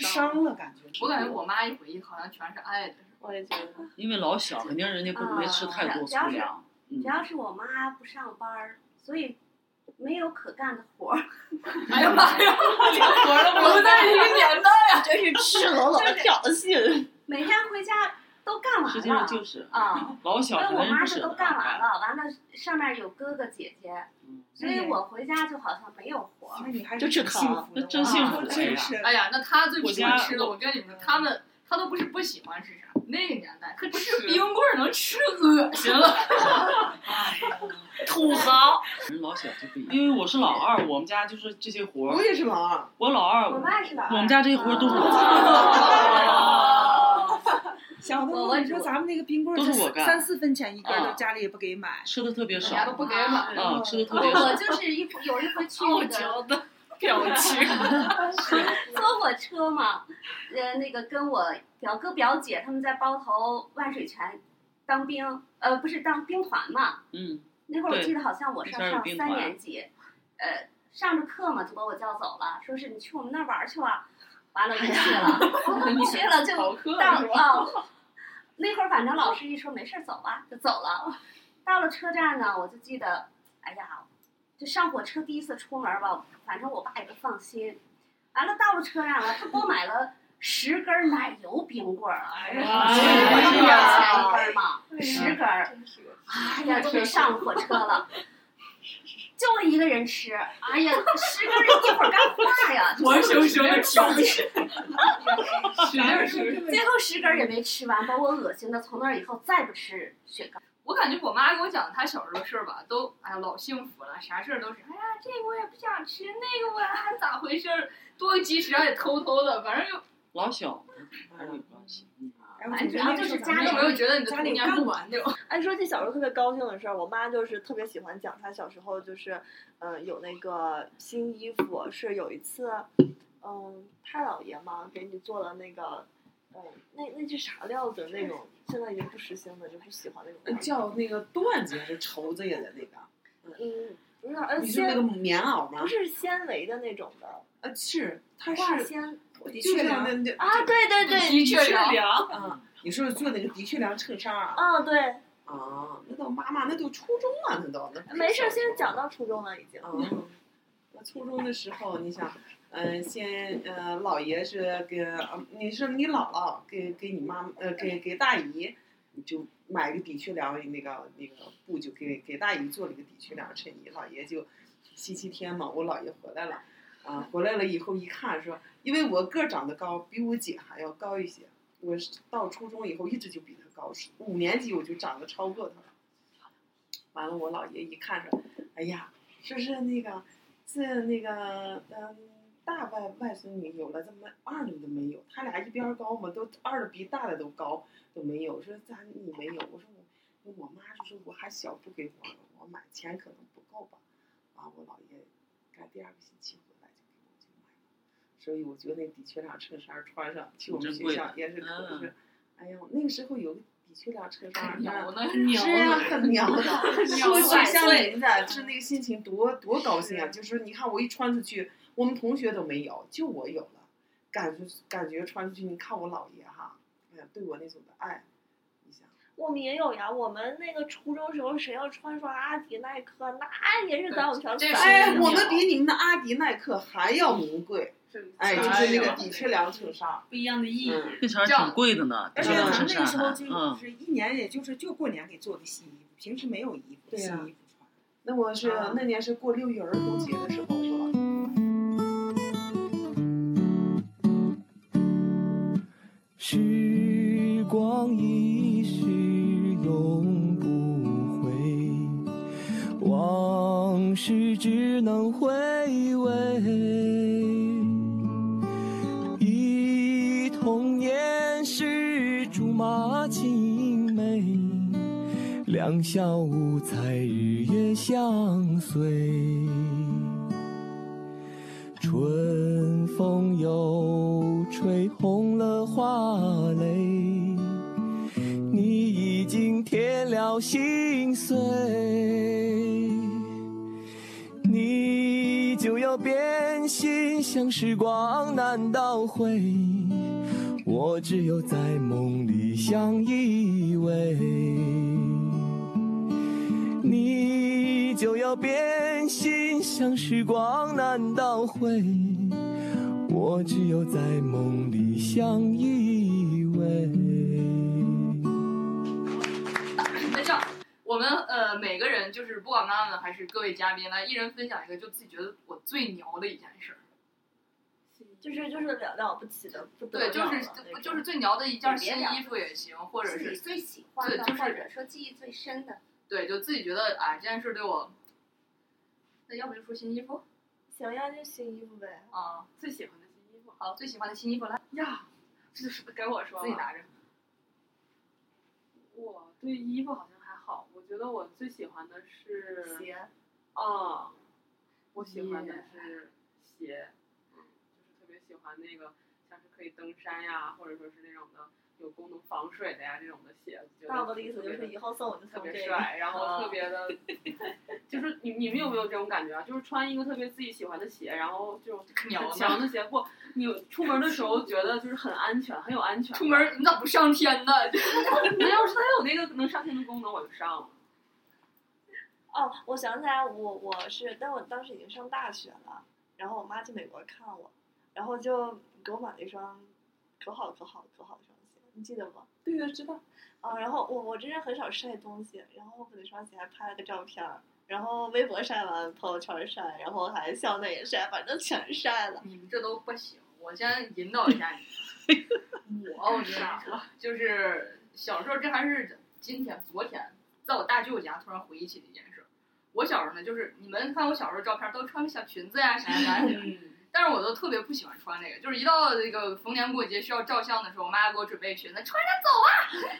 S10: 吃伤了感觉。
S4: 我感觉我妈一回忆好像全是爱的。
S1: 我也觉 *laughs* 得。
S7: 因为老小，肯定
S6: 啊
S7: 人家不没吃太多粗粮。
S6: 主要是我妈不上班儿，所以没有可干的活儿。
S13: 哎呀妈呀，
S4: *laughs*
S13: 连活儿都没有我们在一个年代呀
S1: 真是赤裸裸的挑衅。
S6: *laughs* 每天回家都干完了，
S7: 嗯实际上就是
S6: 啊，
S7: 老小
S6: 因
S7: 可
S6: 为我
S7: 能
S6: 妈
S7: 不
S6: 是
S7: 舍
S6: 都
S7: 得
S6: 干完了，完了上面有哥哥姐姐，
S7: 嗯
S6: 所以我回家就好像没有活儿。
S9: 那你还
S7: 是真是挺幸好福
S6: 嗯
S7: 的那真幸福
S6: 真是
S4: 哎呀，那他最
S7: 我
S4: 喜
S7: 家
S4: 欢吃的，我跟你们说，他们他都不是不喜欢吃啥，那个年代可吃冰棍儿能吃恶心了。
S13: 土豪，
S7: 人老小就不一样，因为我是老二，我们家就是这些活儿。
S9: 我也是老二，
S7: 我老二，我
S14: 妈是老二
S7: 我们家这些活儿都是哦
S9: 小的时候，你说咱们那个冰棍儿
S7: 都是我干
S9: 三四分钱一根儿
S7: 啊
S9: 的，家里也不给买，
S7: 吃的特别少，
S9: 人家都不给买
S7: 啊，吃的特别
S6: 我
S9: *laughs*
S7: 少。
S6: 就是一有一回去那个
S13: 的
S4: *laughs*
S13: 表情，
S6: 坐火车嘛，呃，那个跟我表哥表姐他们在包头万水泉当兵，呃，不是当兵团嘛。
S7: 嗯，
S6: 那会儿我
S7: 对
S6: 记得好像我
S7: 那
S6: 上
S7: 边儿有
S6: 上
S7: 兵
S6: 三
S7: 团
S6: 年级，呃，上着课嘛就把我叫走了，说是你去我们那儿玩儿去吧。完了我就
S13: *laughs*
S6: 去了，不去了就
S13: 哎逃课
S6: 到
S13: 是吧
S6: 哦，那会儿反正老师一说没事儿走吧，就走了。到了车站呢，我就记得，哎呀，就上火车第一次出门吧，反正我爸也不放心。完了到了车站了，他给我买了十根儿奶油冰棍儿，
S13: 哎呀
S6: 十块钱一根
S13: 哎
S6: 儿
S13: 呀
S6: 嘛，十根儿。哎呀，就
S13: 真是
S6: 给上火车了。就我一个人吃，哎呀，十根儿一会儿干化呀！
S13: 活生生的挑剔，
S6: 最后十根儿也没吃完，把我恶心的，从那儿以后再不吃雪糕。
S4: 我感觉我妈给我讲她小时候的事儿吧，都哎呀老幸福了，啥事儿都是哎呀这个我也不想吃，那个我还咋回事儿，多个鸡翅还得偷偷的，反正就
S7: 老小还是有关系。嗯
S1: 反正主要就是家里
S4: 有没有觉得你的童年不完整？
S1: 哎，说起小时候特别高兴的事儿，我妈就是特别喜欢讲她小时候就是，嗯、有那个新衣服是有一次，嗯，太姥爷嘛给你做了那个，嗯，那那是啥料子那种，现在已经不时兴了，就不喜欢那种料子。
S9: 呃嗯叫那个缎子还是绸子呀的那个，
S1: 嗯，不是，呃，
S9: 你是那个
S1: 纤
S9: 棉袄吗
S1: 不是纤维的那种的，
S9: 呃，是它
S1: 化
S9: 是
S1: 纤，
S9: 的
S1: 就
S9: 确
S1: 是
S9: 良那那
S1: 啊，对对对，
S9: 啊，你说是做那个的确良衬衫啊？
S1: 啊，对，
S9: 啊，那都妈妈那都初中了，那都那
S1: 没事儿，现在讲到初中了已经。
S9: 嗯， *laughs* 那初中的时候，你想，嗯、先，呃，姥爷是给，呃你是你姥姥给给你妈，呃，给给大姨，你就买个的确良那个那个布，就给给大姨做了一个的确良衬衣，姥爷就星期天嘛，我姥爷回来了，啊，回来了以后一看说，因为我个儿长得高，比我姐还要高一些，我是到初中以后一直就比她高，五年级我就长得超过她了。完了，我姥爷一看说，哎呀，说是那个是那个嗯大外外孙女有了，怎么二女都没有？他俩一边儿高嘛，都二的比大的都高，都没有。说咋你没有？我说我我妈就说我还小，不给我我买，钱可能不够吧。完我姥爷赶第二个星期回来就给我就买了，所以我觉得那的确良衬衫穿上去我们
S7: 真
S9: 学
S7: 贵
S9: 校也是可是，哎呀，那个时候有个的确良衬衫儿，
S4: 很
S9: 那
S4: 牛呢，
S9: 是啊，很娘的说
S4: 百
S9: 学校
S4: 岁
S9: 名字，是那个心情多多高兴啊！就是你看我一穿出去，我们同学都没有，就我有了，感觉感觉穿出去，你看我姥爷哈，哎呀，对我那种的爱，你想，
S1: 我们也有呀，我们那个初中时候谁要穿双阿迪耐克，那也是在我们小
S4: 这
S1: 学。
S4: 是
S9: 哎，我们比你们的阿迪耐克还要名贵，哎，就是
S4: 哎
S9: 那个
S4: 呦
S9: 的确良嗯衬衫，
S10: 不一样的意义。
S7: 那钱儿挺贵的呢，
S9: 而
S7: 这
S9: 且
S7: 个
S9: 咱
S7: 衬
S9: 们那
S7: 衫
S9: 时候
S7: 还
S9: 就
S7: 嗯。
S9: 是一年，也就是就过年给做的新衣服，平时没有衣
S15: 啊
S9: 服，新衣服穿。那我是那年是过六一儿童节的时候，我姥爷
S15: 时光一逝永不回，往事只能回味。忆童年时竹马青梅，两小无猜日夜相随。春风又吹红了花蕾，你已经添了心碎，你就要变心，像时光难倒回，我只有在梦里相依偎。你就要变心，像时光难倒回。我只有在梦里相依偎。
S4: 那这样，我们呃每个人就是不管妈妈们还是各位嘉宾，来一人分享一个就自己觉得我最牛的一件事儿。
S1: 就是就是了了不起的，不得
S4: 对，就
S1: 了
S4: 是
S1: 了那种
S4: 就是最牛的一件
S6: 别
S4: 新
S6: 聊
S4: 衣服也行，或者
S6: 自
S4: 是
S6: 己最喜欢的，
S4: 对就是
S6: 或者说记忆最深的。
S4: 对，就自己觉得哎这件事对我，那要不就说新衣服
S1: 行呀，就新衣服呗。
S4: 啊，
S12: 最喜欢的新衣服。
S4: 好，最喜欢的新衣服来
S12: 呀，这就是该我说了。
S4: 自己拿着。
S12: 我对衣服好像还好，我觉得我最喜欢的
S4: 嗯
S12: 是
S1: 鞋。
S4: 哦
S12: 啊，我喜欢的
S4: 耶
S12: 是鞋，嗯，就是特别喜欢那个像是可以登山呀，或者说是那种的有功能防水的呀这种的鞋。觉得
S1: 大伯的意思
S12: 特
S1: 就
S12: 别
S1: 是以后送我就
S12: 特
S1: 送
S12: 别
S1: 这个
S12: 帅，然
S4: 嗯
S12: 后特别
S1: 啊
S12: 的，就是你你们有没有这种感觉啊？就是穿一个特别自己喜欢的鞋，然后就
S4: 鸟
S12: 很强的鞋，不，你出门的时候觉得就是很安全，很有安全感。
S4: 出门你咋不上天呢？
S12: 那要是它有那个能上天的功能，我就上了。
S1: 哦，我想起来，我我是，但我当时已经上大学了，然后我妈去美国看我，然后就给我买了一双可好可好可好的双鞋，你记得吗？
S9: 对呀，知道。
S1: 啊，然后我我这人很少晒东西，然后我那双鞋还拍了个照片儿，然后微博晒完，朋友圈晒，然后还校内也晒，反正全晒了。
S4: 你们这都不行，我先引导一下你。我我跟你说，就是小时候，这还是今天昨天，在我大舅家突然回忆起的一件事儿。我小时候呢，就是你们看我小时候照片，都穿个小裙子呀、啥 *laughs* 啥啥的，但是我都特别不喜欢穿这个，就是一到这个逢年过节需要照相的时候，我妈给我准备裙子，穿上走啊，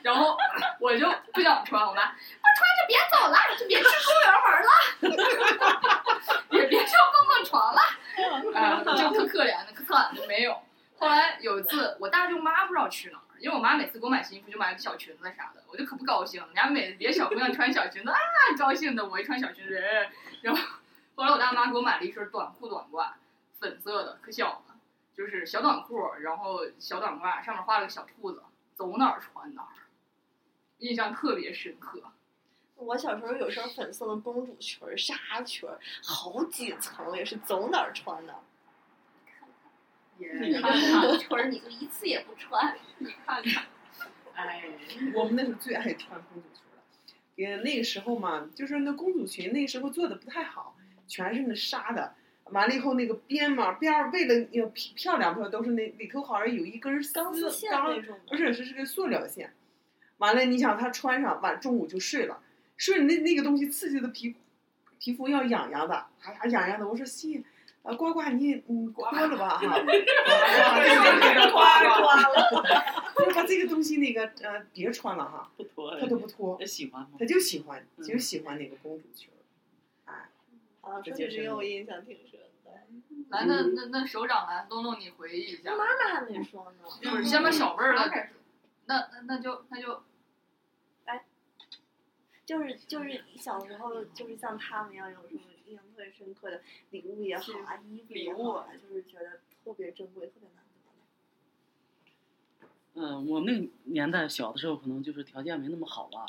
S4: 然后我就不想穿，我妈不穿就别走了，就别去公园玩了， *laughs* 也别上蹦蹦床了。啊，就特可怜的，可惨的没有。后来有一次，我大舅妈不知道去哪儿，因为我妈每次给我买新衣服就买个小裙子啥的，我就可不高兴了。人家每别的小姑娘穿小裙子啊，高兴的，我一穿小裙子，哎然后后来我大妈给我买了一身短裤短褂，粉色的，可小了，就是小短裤，然后小短褂上面画了个小兔子，走哪儿穿哪儿，印象特别深刻。
S1: 我小时候有双粉色的公主裙儿、纱裙儿，好几层，也是走哪儿穿哪儿。
S4: 你
S6: 看
S4: *laughs*
S6: 看，裙儿你就一次也不穿。
S4: 你看看，哎，
S9: 我们那时候最爱穿公主裙了，也那个时候嘛，就是那公主裙那时候做的不太好，全是那纱的。完了以后，那个边嘛边儿为了要漂漂亮，不都是那里头好像有一根丝
S1: 钢丝线
S9: 钢
S1: 那种的
S9: 不是，是是个塑料线。完了，你想她穿上，晚中午就睡了，睡那那个东西刺激的皮皮肤要痒痒的，哎呀痒痒的。我说西，啊呱呱你你脱了吧
S1: *laughs*
S9: 哈， *laughs*
S8: 呱
S7: 嗯
S8: 呱
S9: 我说把这个东西那个呃别穿了哈，
S7: 不脱
S1: 哎
S9: 他都不脱，
S7: 他喜欢吗？
S9: 他就喜欢，就喜欢那个公主裙
S10: *laughs*
S9: 儿，哎，
S1: 啊，
S9: 这
S1: 说
S9: 就
S1: 起
S9: 是
S1: 这个我印象挺深的。
S4: 来，那那那首长来，弄弄你回忆一下。
S1: 妈妈还没说呢。
S4: 就是先把小辈儿的，那那那就那就
S1: 就是就是小时候就是像他们一样有什么印象特别深刻的礼物也好啊，衣服也好啊，就是觉得特别珍贵，特别 *laughs* 难得。
S7: 嗯，我们那个年代小的时候，可能就是条件没那么好吧。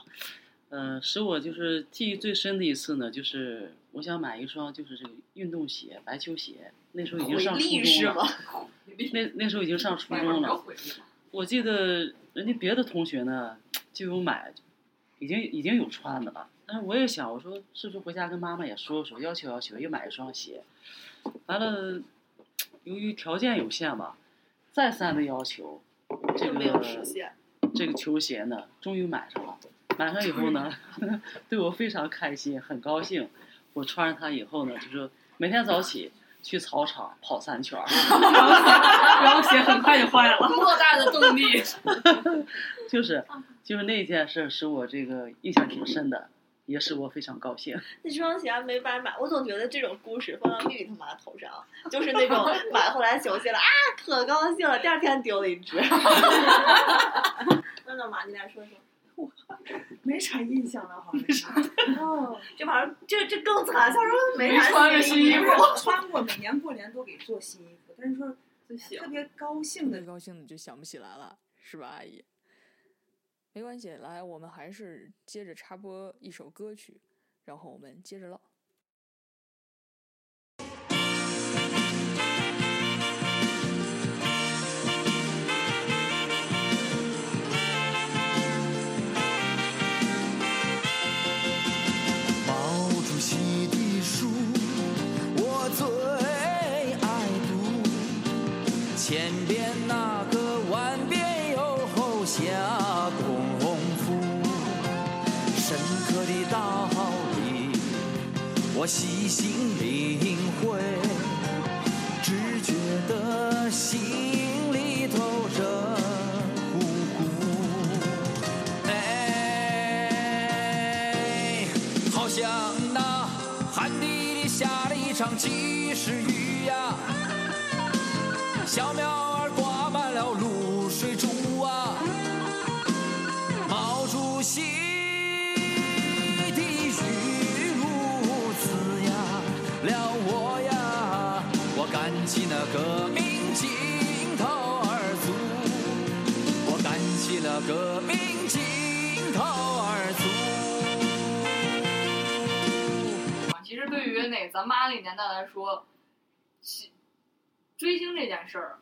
S7: 呃，使我就是记忆最深的一次呢，就是我想买一双就是这个运动鞋，白球鞋。那时候已经上初
S8: 回力是
S7: 中了
S8: 吗，
S4: *laughs*
S7: 那那时候已经上
S8: *laughs*
S7: 初中了。我记得人家别的同学呢就有买，已经已经有穿的了。但是我也想，我说是不是回家跟妈妈也说说，要求要求，也买一双鞋。完了，由于条件有限吧，再三的要求，这个
S1: 没有实现。
S7: 这个球鞋呢，终于买上了。买上以后呢， *laughs* 对我非常开心，很高兴。我穿上它以后呢，就是每天早起去操场跑三
S1: *laughs*
S7: 圈儿，然后鞋 *laughs* 很快就坏了。
S8: 莫大的动力。
S7: 就是就是那件事使我这个印象挺深的，也使我非常高兴。
S1: 那双鞋还没白买，我总觉得这种故事放到丽丽他妈头上，就是那种买回来球鞋了啊，可高兴了，第二天丢了一只。那干嘛？你俩说说。
S9: 没啥印象了， *laughs* 好像。
S1: 哦，这玩意儿，这这更惨，小时候没啥
S10: *laughs* 穿过，每年过年都给做新衣服，但是说特别高兴的，
S16: 高兴的就想不起来了，是吧，阿姨？没关系，来，我们还是接着插播一首歌曲，然后我们接着唠。
S15: 我细心领会，直觉的心里头热乎乎，哎，好像那旱地里下了一场及时雨呀，小苗儿挂满了露水珠啊，毛主席。的雨露滋养啊了我呀，我感激那革命情投儿足，我感激那革命情投儿足。
S4: 其实对于那咱妈那个年代来说，其追星这件事儿，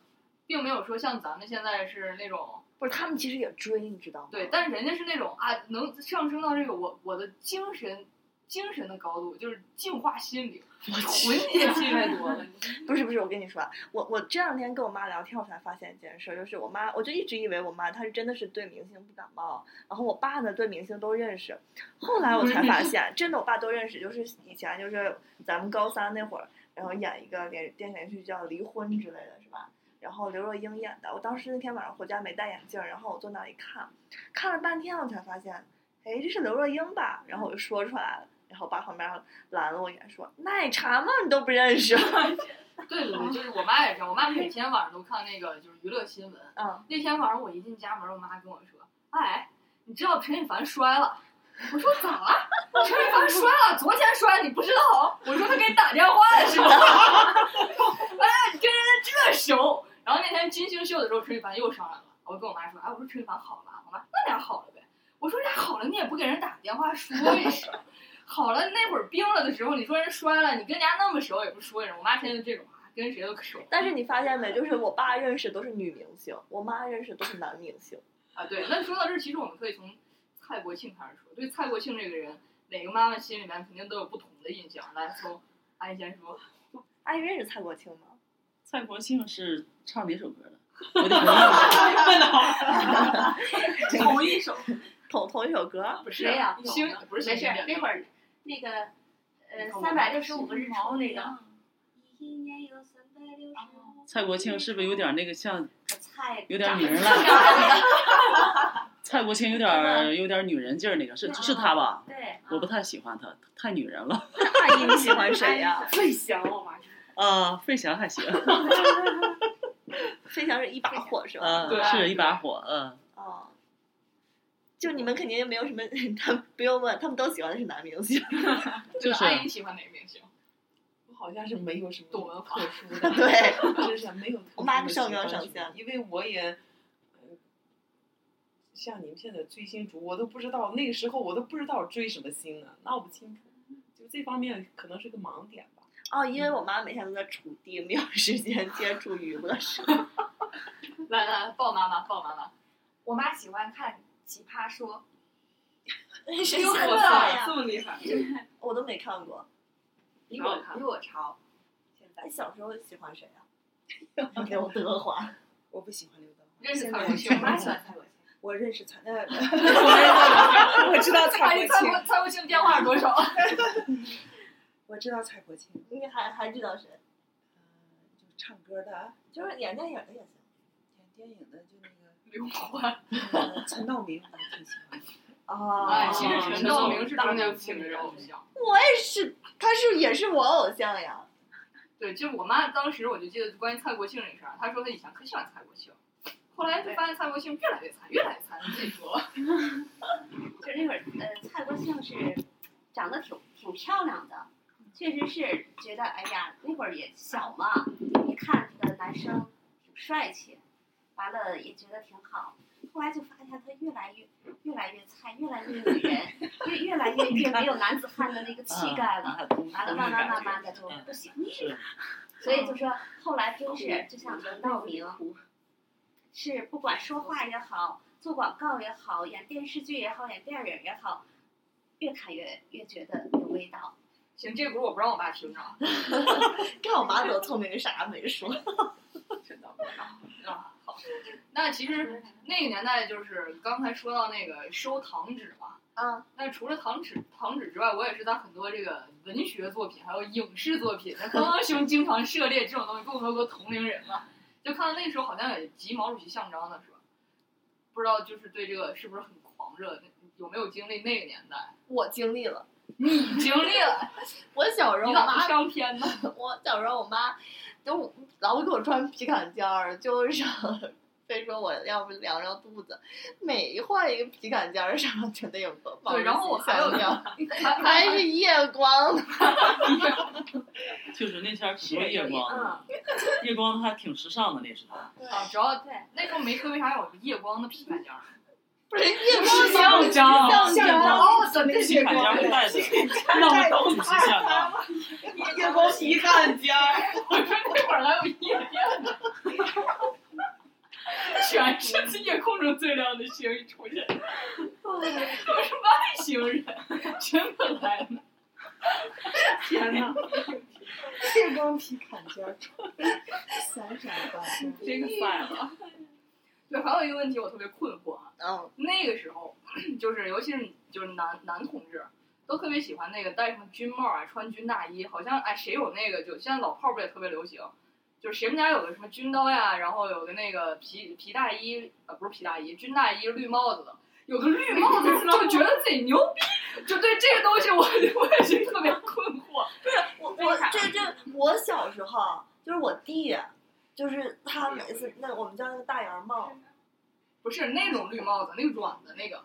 S4: 并没有说像咱们现在是那种
S1: 不是他们其实也追，你知道吗？
S4: 对，但是人家是那种啊，能上升到这个我我的精神精神的高度，就是净化心灵，魂也进太多了。
S1: 不是不是，我跟你说啊，我我这两天跟我妈聊天，我才发现一件事儿，就是我妈，我就一直以为我妈她是真的是对明星不感冒，然后我爸呢对明星都认识，后来我才发现，真的我爸都认识，就是以前就是咱们高三那会儿，然后演一个连电视连续剧叫《离婚》之类的是吧？然后刘若英演的，我当时那天晚上回家没戴眼镜儿，然后我坐那里看，看了半天我才发现，哎，这是刘若英吧？然后我就说出来了，然后我爸旁边拦了我一眼说：“奶茶吗？你都不认识？” *laughs*
S4: 对对对，就是我妈也是，我妈每天晚上都看那个就是娱乐新闻。
S1: 嗯，
S4: 那天晚上我一进家门，我妈跟我说：“哎，你知道陈羽凡摔了？”我说：“咋了？陈羽凡摔了，昨天摔，你不知道？”我说：“他给你打电话了 *laughs* 是吧？”哎，你跟人家这熟。然后那天金星秀的时候，陈羽凡又上来了，我跟我妈说：“哎，我说陈羽凡好了。”我妈：“那俩好了呗。”我说：“俩好了，你也不给人打电话说一声。” *laughs* 好了，那会儿冰了的时候，你说人摔了，你跟人家那么熟也不说一声。我妈天天这种啊，跟谁都可熟。
S1: 但是你发现没，就是我爸认识都是女明星，我妈认识都是男明星。
S4: 啊，对，那说到这儿，其实我们可以从蔡国庆开始说。对蔡国庆这个人，每个妈妈心里面肯定都有不同的印象。来，从阿姨先说，
S1: 阿姨认识蔡国庆吗？
S7: 蔡国庆是唱哪首歌的？我得 *laughs* 问的好，
S4: 同一首，
S1: 同同一首歌，
S4: 不是啊
S6: 没有，
S4: 星不是
S6: 没
S4: 星
S6: 事
S4: 星点。
S6: 那会儿那个呃三百六十五个日出那个。一年有三百六十五
S7: 蔡国庆是不是有点那个像
S6: 菜
S7: 有点女人
S4: *laughs*
S6: 长得像
S7: 了？蔡国庆有点儿有点儿女人劲儿，那个是是他吧？
S6: 对，
S7: 我不太喜欢他，太女人了。
S1: 阿姨你喜欢谁呀、
S12: 费翔，我妈是。
S7: 啊，费翔还 *laughs* 行，
S1: 飞翔是一把火是吧？
S7: 嗯，是一把火，嗯。
S1: 哦，就你们肯定没有什么， *laughs* 他们不用问，他们都喜欢的是男明星， *laughs*
S7: 就是
S4: 阿姨喜欢哪个明星？
S9: 我好像是没有什么
S4: 董文
S9: 特殊的，
S1: 对，
S9: 真是没有特殊的喜欢什么。
S1: 我妈上纲上线
S9: 因为我也，呃像你们现在追星族，我都不知道那个时候我都不知道追什么星呢，闹不清楚，就这方面可能是个盲点吧。
S1: 哦，因为我妈每天都在锄地，没有时间接触娱乐 *laughs* 事。
S4: *laughs* 来来，鲍妈妈，鲍妈妈，
S11: 我妈喜欢看《奇葩说》，
S1: 谁
S11: 有
S1: 知
S11: 可
S1: 道
S11: 能
S1: 呀
S9: 啊
S4: 啊
S11: 呀？
S12: 这么厉害，
S1: 啊我都没看过。
S11: 比我比我潮。现在
S1: 你小时候喜欢谁
S4: *laughs*
S1: 啊？刘德华。
S10: 我不喜欢刘德华。
S4: 认识
S10: 现
S4: 蔡
S10: 在
S4: 国庆吗
S10: 我妈喜欢蔡国庆，我认识
S1: 嗯
S10: 蔡，呃我认识蔡国庆我知道
S4: 阿 *laughs*
S10: 蔡
S4: 姨
S10: 国
S4: 哎蔡
S10: 庆
S4: 国，蔡国庆电话是多少？
S10: 我知道蔡国庆，
S1: 你还还知道谁？
S9: 呃
S10: 就唱歌
S9: 啊
S10: 的，
S1: 就是演电影的也行。
S10: 演电影的就那个
S4: 刘欢。
S9: *laughs*
S10: 呃陈道明，我挺喜欢的。
S1: 哦
S4: 哎，其实陈道明是中年妇女偶像。
S1: 我也是，他是也是我偶像呀。
S4: 对，就是我妈当时我就记得关于蔡国庆这事儿，啊她说她以前可喜欢蔡国庆，后来就发现蔡国庆越来越惨，越来越惨。你自己说吧。
S6: 就是那会儿，呃，蔡国庆是长得挺挺漂亮的，确实是觉得，哎呀，那会儿也小嘛，一看这个男生挺帅气，完了也觉得挺好。后来就发现他越来越越来越菜，越来越女人，越越来越越没有男子汉的那个气概
S7: 啊
S6: 了。完了，慢慢
S7: 嗯
S6: 慢慢的就不行了。所
S11: 嗯
S6: 以就说，后来真是就像陈道明，是不管说话也好，做广告也好，演电视剧也好，演电影也好，越看越越觉得有味道。
S4: 行，这不是我不让我爸听着啊。
S1: 看我妈多聪明，啥也没说。
S4: 啊，好。那其实那个年代就是刚才说到那个收糖纸嘛，
S17: 嗯，
S4: 那除了糖纸糖纸之外，我也是在很多这个文学作品还有影视作品，那刚刚兄经常涉猎这种东西，更多和同龄人嘛，就看到那时候好像有集毛主席像章的是吧？不知道就是对这个是不是很狂热，有没有经历那个年代？
S1: 我经历了，
S4: 你经历了。
S1: 我小时候
S4: 你
S1: 我
S4: 咋不
S1: 妈
S4: 上天呢？
S1: 我小时候我妈就我老给我穿皮坎肩儿，就是非说我要不凉着肚子，每换一个皮坎肩儿上就得有个毛
S4: 对，然后我还有
S1: 想想，
S4: 还
S1: 还是夜光的，
S7: 就是那天儿可夜
S11: 嗯
S7: 光
S9: 嗯
S6: 嗯
S7: 了，夜光还挺时尚的那时候。
S9: 哦
S4: 啊，主要那时候没车，为啥有个夜光的皮坎肩儿？
S1: 不是
S7: 夜光是象征
S4: 象
S7: 象征
S4: 哦，怎么
S7: 那皮坎肩儿带的那我懂你是象征。
S4: 夜光皮坎肩儿，我说那会儿还有夜店呢，全是夜空中最亮的星一出现，我是外星人，真的来了，
S13: 天哪！夜光皮坎肩儿，闪闪发光。
S4: 这个算了。对，还有一个问题我特别困惑啊。
S1: 嗯。
S4: 那个时候， *clears throat* 就是尤其是就是男男同志，都特别喜欢那个戴上军帽啊，穿军大衣，好像哎谁有那个就现在老炮儿不也特别流行，就是谁们家有个什么军刀呀，然后有个那个皮皮大衣呃不是皮大衣，军大衣绿帽子的。有个绿帽子就觉得自己牛逼，就对这个东西我我也是特别困惑。
S1: 对我我这这我小时候就是我弟，就是他每次那我们叫那个大檐帽，
S4: 嗯不是那种绿帽子，那个软的那个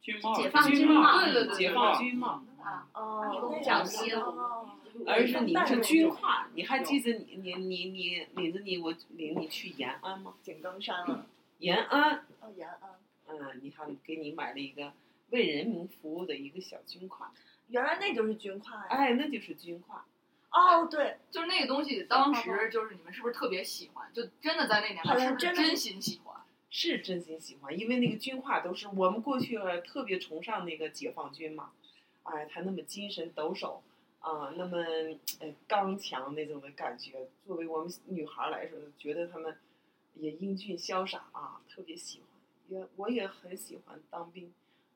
S7: 军帽
S1: 解放军帽
S4: 对对对，对
S9: 解放军帽。
S4: 啊，
S1: 哦，
S4: 哦
S9: 而是你是军挎，你还记得你你你你领着你我领你去啊延安吗？
S1: 井冈山了。
S9: 延安，
S1: 哦，延安。
S9: 嗯，你看给你买了一个为人民服务的一个小军挎，
S1: 原来那就是军挎呀。
S9: 哎，那就是军挎。
S1: 哦，对，
S4: 就是那个东西，当时就是你们是不是特别喜欢？就真的在那年代，
S9: 好
S4: 是
S9: 像
S4: 不是
S9: 真的
S4: 真心喜欢？
S9: 是真心喜欢，因为那个军挎都是我们过去呃特别崇尚那个解放军嘛，哎，他那么精神抖擞啊、那么呃刚强那种的感觉，作为我们女孩儿来说，觉得他们也英俊潇洒啊，特别喜欢。也我也很喜欢当兵，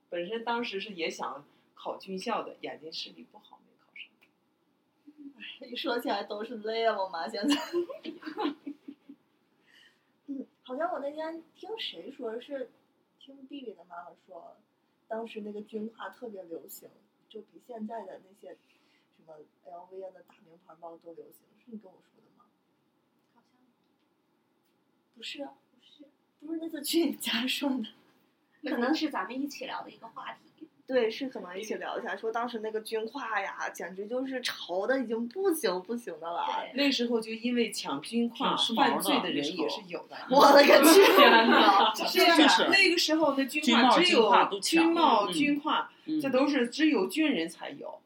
S9: 本身当时是也想考军校的，眼睛视力不好没考上。
S1: 一说起来都是泪了嘛，现在。嗯，好像我那天听谁说是，听 B B 的妈妈说，当时那个军挎特别流行，就比现在的那些什么 L V 啊的大名牌包都流行。是你跟我说的吗？
S6: 好像
S1: 不是啊，不是，不是那次去你家说的。
S6: 可能是咱们一起聊的一个话题。
S1: 对，是可能一起聊一下，说当时那个军挎呀，简直就是潮的已经不行不行的了。
S11: 啊
S9: 那时候就因为抢军挎
S7: 挺时髦的
S9: 犯罪的人也是有的。
S1: 我的个 *laughs* 去
S9: 天哪！
S1: 真
S9: 是
S1: 是
S9: 那个时候的军
S7: 军帽
S9: 挎只
S7: 军挎
S9: 有
S7: 都
S9: 军帽、
S7: 抢嗯
S9: 军挎，
S7: 嗯
S9: 这都是只有军人才有。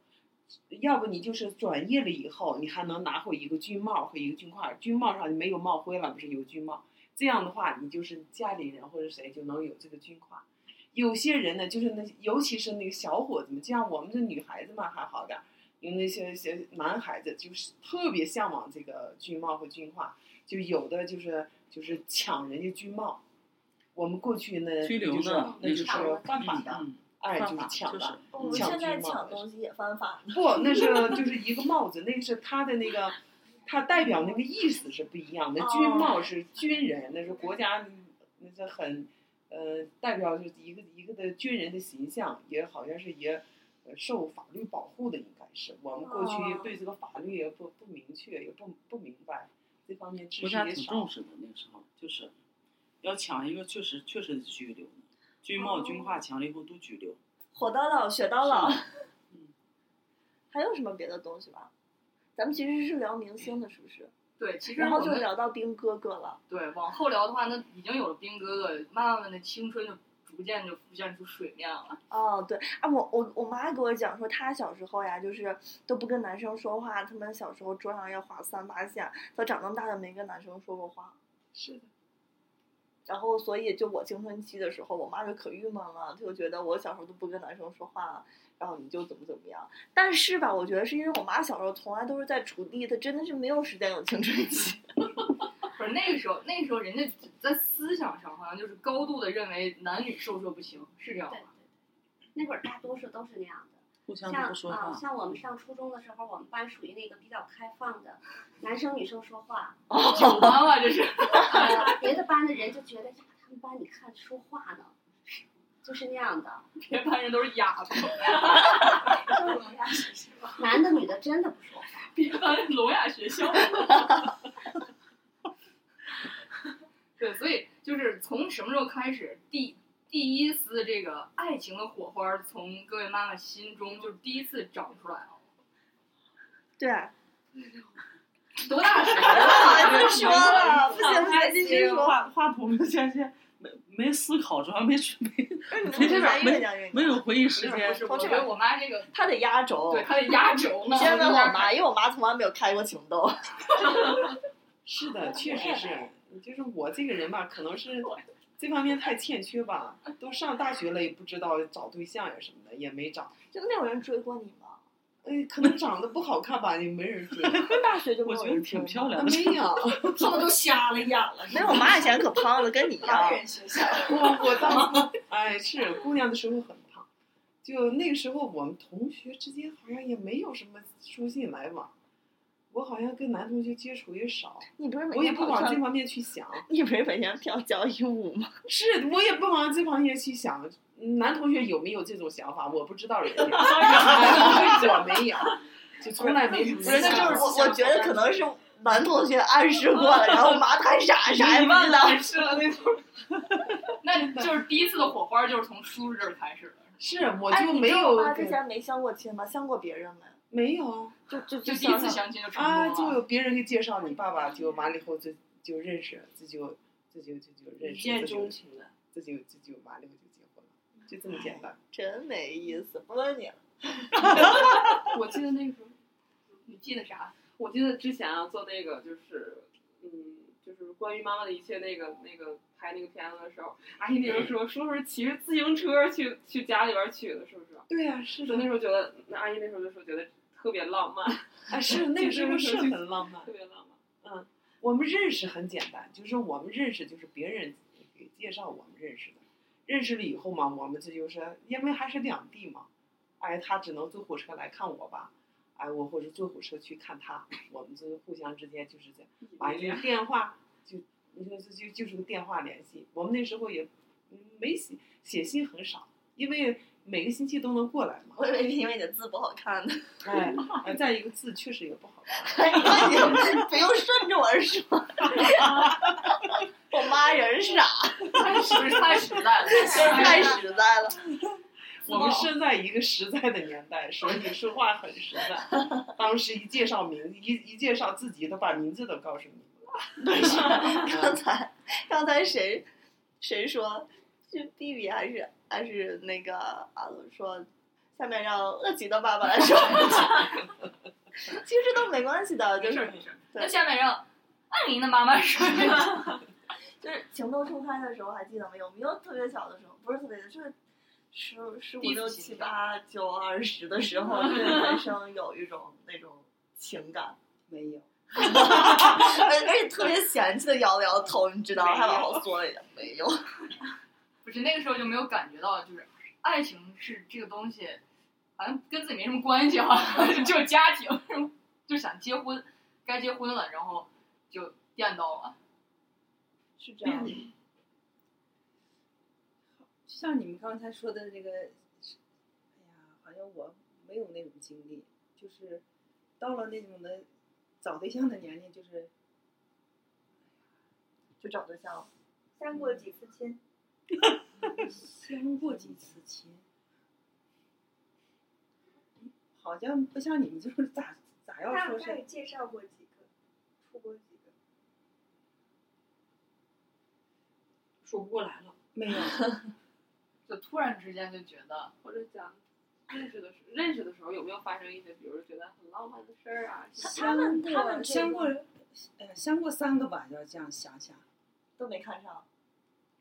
S9: 要不你就是转业了以后，你还能拿回一个军帽和一个军挎。军帽上你没有帽徽了，不是有军帽。这样的话，你就是家里人或者谁就能有这个军挎。有些人呢，就是那，尤其是那个小伙子们，就像我们这女孩子嘛还好点儿，有那些些男孩子就是特别向往这个军帽和军挎，就有的就是就是抢人家军帽。我们过去呢，
S7: 拘留
S9: 就是
S7: 呢
S9: 那就是
S7: 那是
S9: 犯法的，
S7: 嗯嗯
S9: 哎，
S7: 犯
S9: 就是
S7: 法
S9: 抢
S7: 就是
S9: 的，
S1: 我们
S9: 抢
S1: 现在
S9: 军帽
S1: 抢
S9: 的
S1: 东西也犯法呢。
S9: 不，那是就是一个帽子，那是它的那个，它代表那个意思是不一样的。军帽是军人，那是国家，那是很，呃，代表是一个一个的军人的形象，也好像是也呃受法律保护的，应该是我们过去
S7: 哦
S9: 对这个法律也不不明确，也不不明白这方面知
S7: 国
S9: 识
S7: 家
S9: 也
S7: 挺
S9: 少
S7: 重。视的，那个时候就是要抢一个，确实确实拘留呢。军帽、军挎抢了以后都拘留。
S1: 火到老，学到 *laughs* 老。还有什么别的东西吗？咱们其实是聊明星的，是不是？
S4: 对，其实
S1: 然后
S4: 我
S1: 就
S4: 们
S1: 聊到兵哥哥了。
S4: 对，往后聊的话，那已经有了兵哥哥，慢慢的青春就逐渐就浮现出水面了。
S1: 哦，对啊，我我我妈给我讲说，她小时候呀，就是都不跟男生说话，他们小时候桌上要划三八线，她长那么大就没跟男生说过话。
S9: 是的。
S1: 然后，所以就我青春期的时候，我妈就可郁闷了，她就觉得我小时候都不跟男生说话，然后你就怎么怎么样。但是吧，我觉得是因为我妈小时候从来都是在锄地，她真的是没有时间有青春期。 *laughs*
S4: 不不是那个时候，那个时候人家在思想上好像就是高度的认为男女授受不亲，是这样吧？
S6: 那会儿大多数都是那样的。
S7: 互相都
S6: 像
S7: 不说话。
S6: 啊、像我们上初中的时候，我们班属于那个比较开放的，男生女生说话。
S4: 哦酒吧吧这是 *laughs*
S11: *laughs*
S6: 啊别的班的人就觉得呀，他们班你看说话呢，就是那样的。
S4: 别班人都是哑巴，
S6: 男的女的真的不说话。
S4: 别班聋哑学校。对，所以就是从什么时候开始，第第一丝这个爱情的火花从各位妈妈心中就是第一次长出来啊了。
S1: 对，啊
S4: 多大时候？
S1: 不说了，不行不行，继续说。
S7: 话话筒现在没没思考，主要没没没
S1: 这
S7: 这
S1: 边
S7: 边
S1: 越
S7: 没
S1: 讲越
S7: 没有回忆时间。
S4: 不是，我觉得我妈这个
S1: 她得压轴，
S4: 对她得压轴呢
S1: 你先问哦我妈，因为我妈从来没有开过情窦。
S9: 是的，确实是，就是我这个人吧，可能是这方面太欠缺吧。都上大学了，也不知道找对象呀什么的，也没找。
S1: 就那有人追过你吗？
S9: 哎，可能长得不好看吧，也没人
S1: *laughs*
S9: 追。
S1: 大学就
S9: 我觉
S1: 得
S9: 挺漂亮的。没有，
S8: 他们都瞎了眼了。
S1: 没有，我妈以前可胖了，跟你一样。
S9: 我我当时哎是姑娘的时候很胖，就那个时候我们同学之间好像也没有什么书信来往，我好像跟男同学接触也少，
S1: 你不是每
S9: 我也
S1: 天
S9: 不
S1: 跑
S9: 往这
S1: 上
S9: 方面去想。
S1: 你不是每天跳交谊舞吗？
S9: 是我也不往这方面去想，男同学有没有这种想法，我不知道人家， *laughs* 就是我没有，就从来没。
S1: 不是，那就是我我觉得可能是男同学暗示过了，然后我妈太傻，啥也不知道。
S9: 是了那种。
S4: 那就是第一次的火花就是从叔叔这儿开始的。
S9: *laughs* 是，我
S1: 哎
S9: 就
S1: 你
S9: 没
S1: 知道我
S9: 有
S1: 妈之
S9: 给
S1: 前没相过亲吗？相过别人没？
S9: 没有，
S1: 就就
S4: 就第一次相亲就成功
S9: 啊，
S4: 了。
S9: 就有别人给介绍你爸爸，就完了以后就就认识，这就这就这就认
S8: 一
S9: 识，
S8: 见
S9: 这就
S8: 钟情了，
S9: 这就这就完了以后就结婚了，就这么简单。
S1: 真没意思，不问你了。
S12: *laughs* 我记得那个时候，
S4: 你记得啥？
S12: 我记得之前啊，做那个就是，嗯，就是关于妈妈的一切那个那个拍那个片子的时候，阿姨那时候说，说是骑着自行车去去家里边去的，是不是？
S9: 对呀、是
S12: 的。那时候觉得，那阿姨那时候就说觉得特别浪漫。
S9: 啊， *laughs* *laughs* 是那个时候是很浪漫，
S12: 特别浪
S9: 漫。嗯，我们认识很简单，就是我们认识就是别人给介绍我们认识的，认识了以后嘛，我们这就是因为还是两地嘛，哎，他只能坐火车来看我吧，哎，我或者坐火车去看他，我们就互相之间就是这样，完了电话就你说这就就是个电话联系，我们那时候也嗯没写写信很少，因为每个星期都能过来嘛。
S1: 我以为是因为你的字不好看呢。
S9: 哎，哎再一个字确实也不好
S1: 看。你看你不用顺着我 *laughs* 说，我妈人傻，
S4: 太实太实
S1: *laughs*
S4: 在了
S1: 太实在了。
S9: 我们生在一个实在的年代，所以说话很实在。当时一介绍名，一一介绍自己，都把名字都告诉你。
S1: 刚才刚才谁谁说是 B B 还是还是那个阿鲁说，下面让恶极的爸爸来说， *laughs* 其实都没关系的，就是
S4: 那下面让艾琳的妈妈
S1: *laughs*
S4: 说一下。
S1: 就是情窦初开的时候还记得没有？没有特别小的时候，不是特别小，就是十十五
S4: 第一次
S1: 六七
S4: 情
S1: 八九二十的时候，对男生有一种那种情感。
S9: 没有，
S1: 而而且特别嫌弃的摇了摇头，你知道吗？还往后缩了一点，没有。 *laughs*
S4: 不是那个时候就没有感觉到，就是爱情是这个东西，好像跟自己没什么关系哈、 *laughs* 就家庭，就想结婚，该结婚了，然后就电到了。
S1: 是这样的。
S10: 就像你们刚才说的那个，是哎呀，好像我没有那种经历，就是到了那种的找对象的年龄，就是
S1: 就找对象。
S11: 相过几次亲？
S10: 相过几次亲，好像不像你们就是咋咋要
S11: 大
S10: 说
S11: 概
S10: 是
S11: 介绍过几个，处过几个？
S8: 数不过来了，
S10: 没有。
S4: 就突然之间就觉得，
S12: 或者讲认识的时候，认识的时候有没有发生一些，比如觉得很浪漫的事儿啊？
S10: 相过相过，呃，相过三个吧，要这样想想。
S1: 都没看上。啊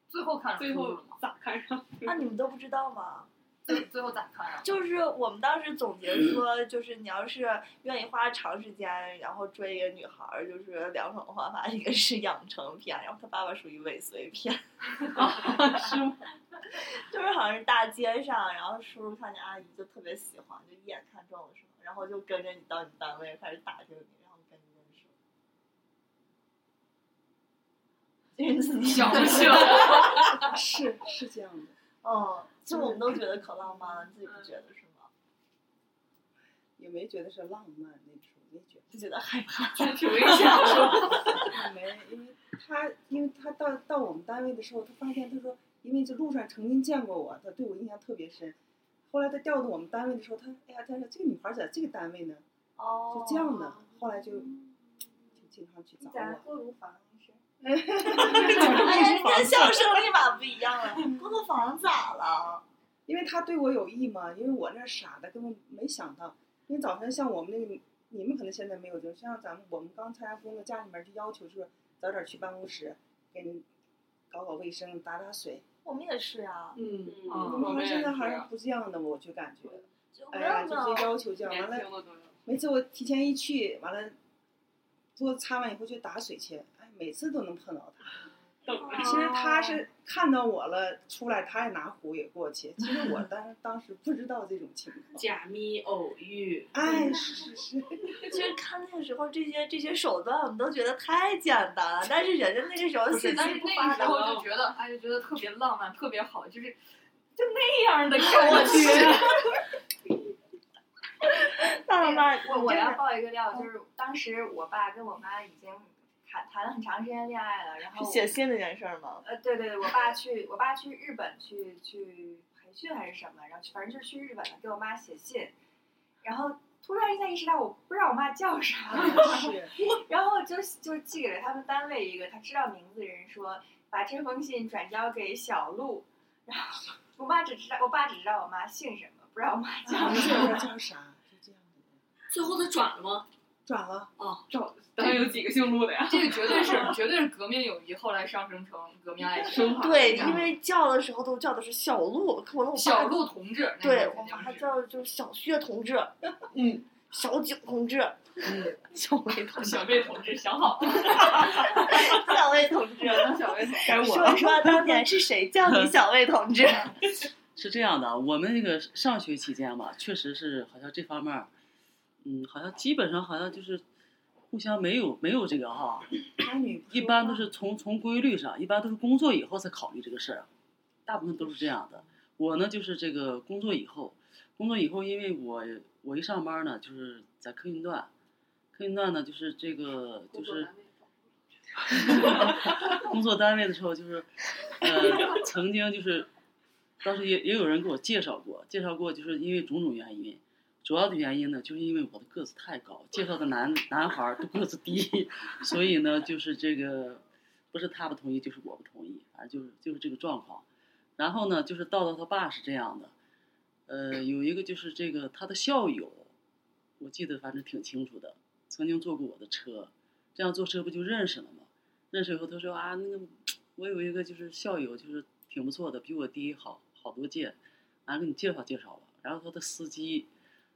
S4: 最后看上
S12: 最后咋看上？
S4: 嗯
S1: 那、你们都不知道吗？
S4: 最最后咋看啊？
S1: 就是我们当时总结说，就是你要是愿意花长时间，然后追一个女孩儿，就是两种方法，一个是养成片，然后他爸爸属于尾随片，
S4: 是吗？
S1: *laughs* 就是好像是大街上，然后叔叔看见阿姨就特别喜欢，就一眼看中了什么，然后就跟着你到你单位开始打听你，然后跟你认识。因为自己
S8: 想不清
S1: 是是这样的。嗯，就我们都觉得可浪漫了，你自己不觉得是吗？
S10: 也没觉得是浪漫，那时候没觉得，
S1: 就觉得害怕，
S10: 就
S1: 挺危险是
S10: 吧？没，因为他，因为他到到我们单位的时候，他发现他说，因为这路上曾经见过我，他对我印象特别深。后来他调到我们单位的时候，他哎呀，他说这个女孩儿在这个单位呢，
S11: 哦
S10: 就这样的。后来就就经常去找
S11: 咱
S10: 我。
S11: 锅炉房是。
S1: *laughs* *laughs* 哎，跟笑声立马不一样了。 *laughs* 工作房咋了？
S10: 因为他对我有意嘛，因为我那傻的根本没想到。因为早晨像我们那个，你们可能现在没有，就是像咱们我们刚参加工作，家里面就要求就是早点去办公室，给你搞搞卫生、打打水。
S1: 我们也是啊。
S10: 嗯
S1: 嗯
S10: 我们现在好像不这样的，我就感觉，哎呀，就
S1: 不要闹
S10: 是要求这样。完
S1: 年轻
S10: 了，每次我提前一去，完了，做擦完以后去打水去，哎，每次都能碰到他。
S8: *laughs*
S10: 其实他是看到我了，出来他也拿壶也过去。其实我
S8: *laughs*
S10: 当当时不知道这种情况。
S8: 假咪偶遇，嗯
S10: 哎，是是是，
S1: 其实看那个时候这些这些手段，我们都觉得太简单了，但是人家那个时候
S4: 不
S1: 信
S4: 是，但
S1: 息
S4: 是
S1: 不
S4: 那
S1: 发
S4: 个时
S1: 达，
S4: 候就觉得，哎，就觉得特别浪漫，特别好，就是就那
S1: 样
S4: 样
S1: 的
S4: 的
S1: 感
S4: 感
S1: 觉
S4: 觉。
S1: 那那
S11: 我我要
S1: 真的
S11: 爆一个料，
S10: 嗯
S11: 就是当时我爸跟我妈已经谈谈了很长时间恋爱了，然后
S1: 是写信那件事儿吗？
S11: 呃，对对对，我爸去，我爸去日本去去培训还是什么，然后去反正就是去日本了，给我妈写信，然后突然一下意识到我不知道我妈叫啥， *laughs* 然后就就寄给了他们单位一个他知道名字的人说，把这封信转交给小鹿，然后我妈只知道我爸只知道我妈姓什么，不知道我妈叫什么。
S10: 叫啥？
S8: 最后他转了吗？
S10: 转了
S8: 哦，
S4: 找
S8: 当然有几个姓陆的呀
S4: 这个绝对是，绝对是革命友谊，后来上升成革命爱
S1: *laughs*
S4: 情。
S1: 对，因为叫的时候都叫的是小鹿，可我我爸
S4: 小鹿同志那
S1: 对
S4: 个
S1: 我妈叫就是小薛同志，
S10: 嗯，
S1: *laughs* 小景
S4: *laughs*
S1: 同志，嗯，小魏同志，
S4: 小魏同志想好了，
S1: 小魏同志，
S4: 小魏同志嗯
S7: 该我
S1: 说
S7: 了
S1: 一说当年是谁叫你小魏同志？
S7: 是这样的啊，我们那个上学期间吧，确实是好像这方面儿，嗯，好像基本上好像就是互相没有没有这个哈，一般都是从从规律上，一般都是工作以后才考虑这个事儿，大部分都是这样的。我呢就是这个工作以后，工作以后，因为我我一上班呢就是在客运段，客运段呢就是这个
S4: *laughs*
S7: 就是。 *laughs* 工作单位的时候，就是，呃，曾经就是，当时也也有人给我介绍过，介绍过，就是因为种种原因，主要的原因呢，就是因为我的个子太高，介绍的男 *laughs* 男孩儿都个子低， *laughs* 所以呢，就是这个，不是他不同意，就是我不同意，反正就是就是这个状况。然后呢，就是道道他爸是这样的，呃，有一个就是这个他的校友，我记得反正挺清楚的，曾经坐过我的车，这样坐车不就认识了吗？认识以后，他说啊，那个我有一个就是校友，就是挺不错的，比我低好好多届，然后给你介绍介绍吧。然后他的司机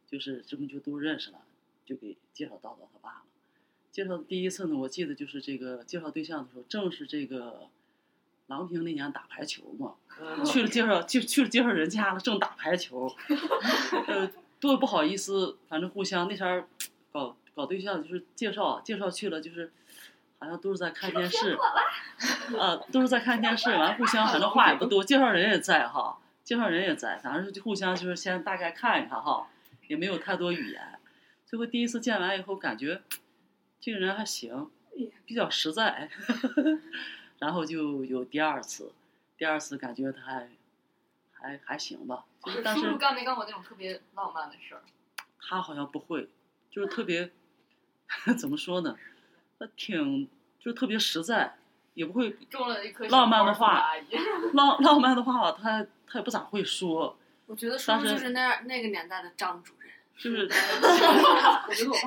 S7: 就是这么就都认识了，就给介绍到到他爸了。介绍第一次呢，我记得就是这个介绍对象的时候，正是这个郎平那年打排球嘛，去了介绍去去了介绍人家了，正打排球，呃，多不好意思，反正互相那前儿搞搞对象就是介绍介绍去了，就是好像都是在看电视，啊，都是在看电视，完了互相反正话也不多，介绍人也在哈，介绍人也在，反正就互相就是先大概看一看哈，也没有太多语言。最后第一次见完以后，感觉这个人还行，比较实在， *laughs* 然后就有第二次，第二次感觉他还还还行吧，就是但
S4: 叔
S7: 是
S4: 叔干没干过那种特别浪漫的事儿？
S7: 他好像不会，就是特别 *laughs* 怎么说呢，他挺就是特别实在，也不会
S4: 种了一棵
S7: 浪漫的话
S4: 小花儿是吧阿姨，
S7: 浪浪漫的话吧，他他也不咋会说，
S8: 我觉得叔
S7: 当
S8: 叔
S7: 时
S8: 就是那样那个年代的张主
S4: *laughs*
S8: 任，
S7: 就是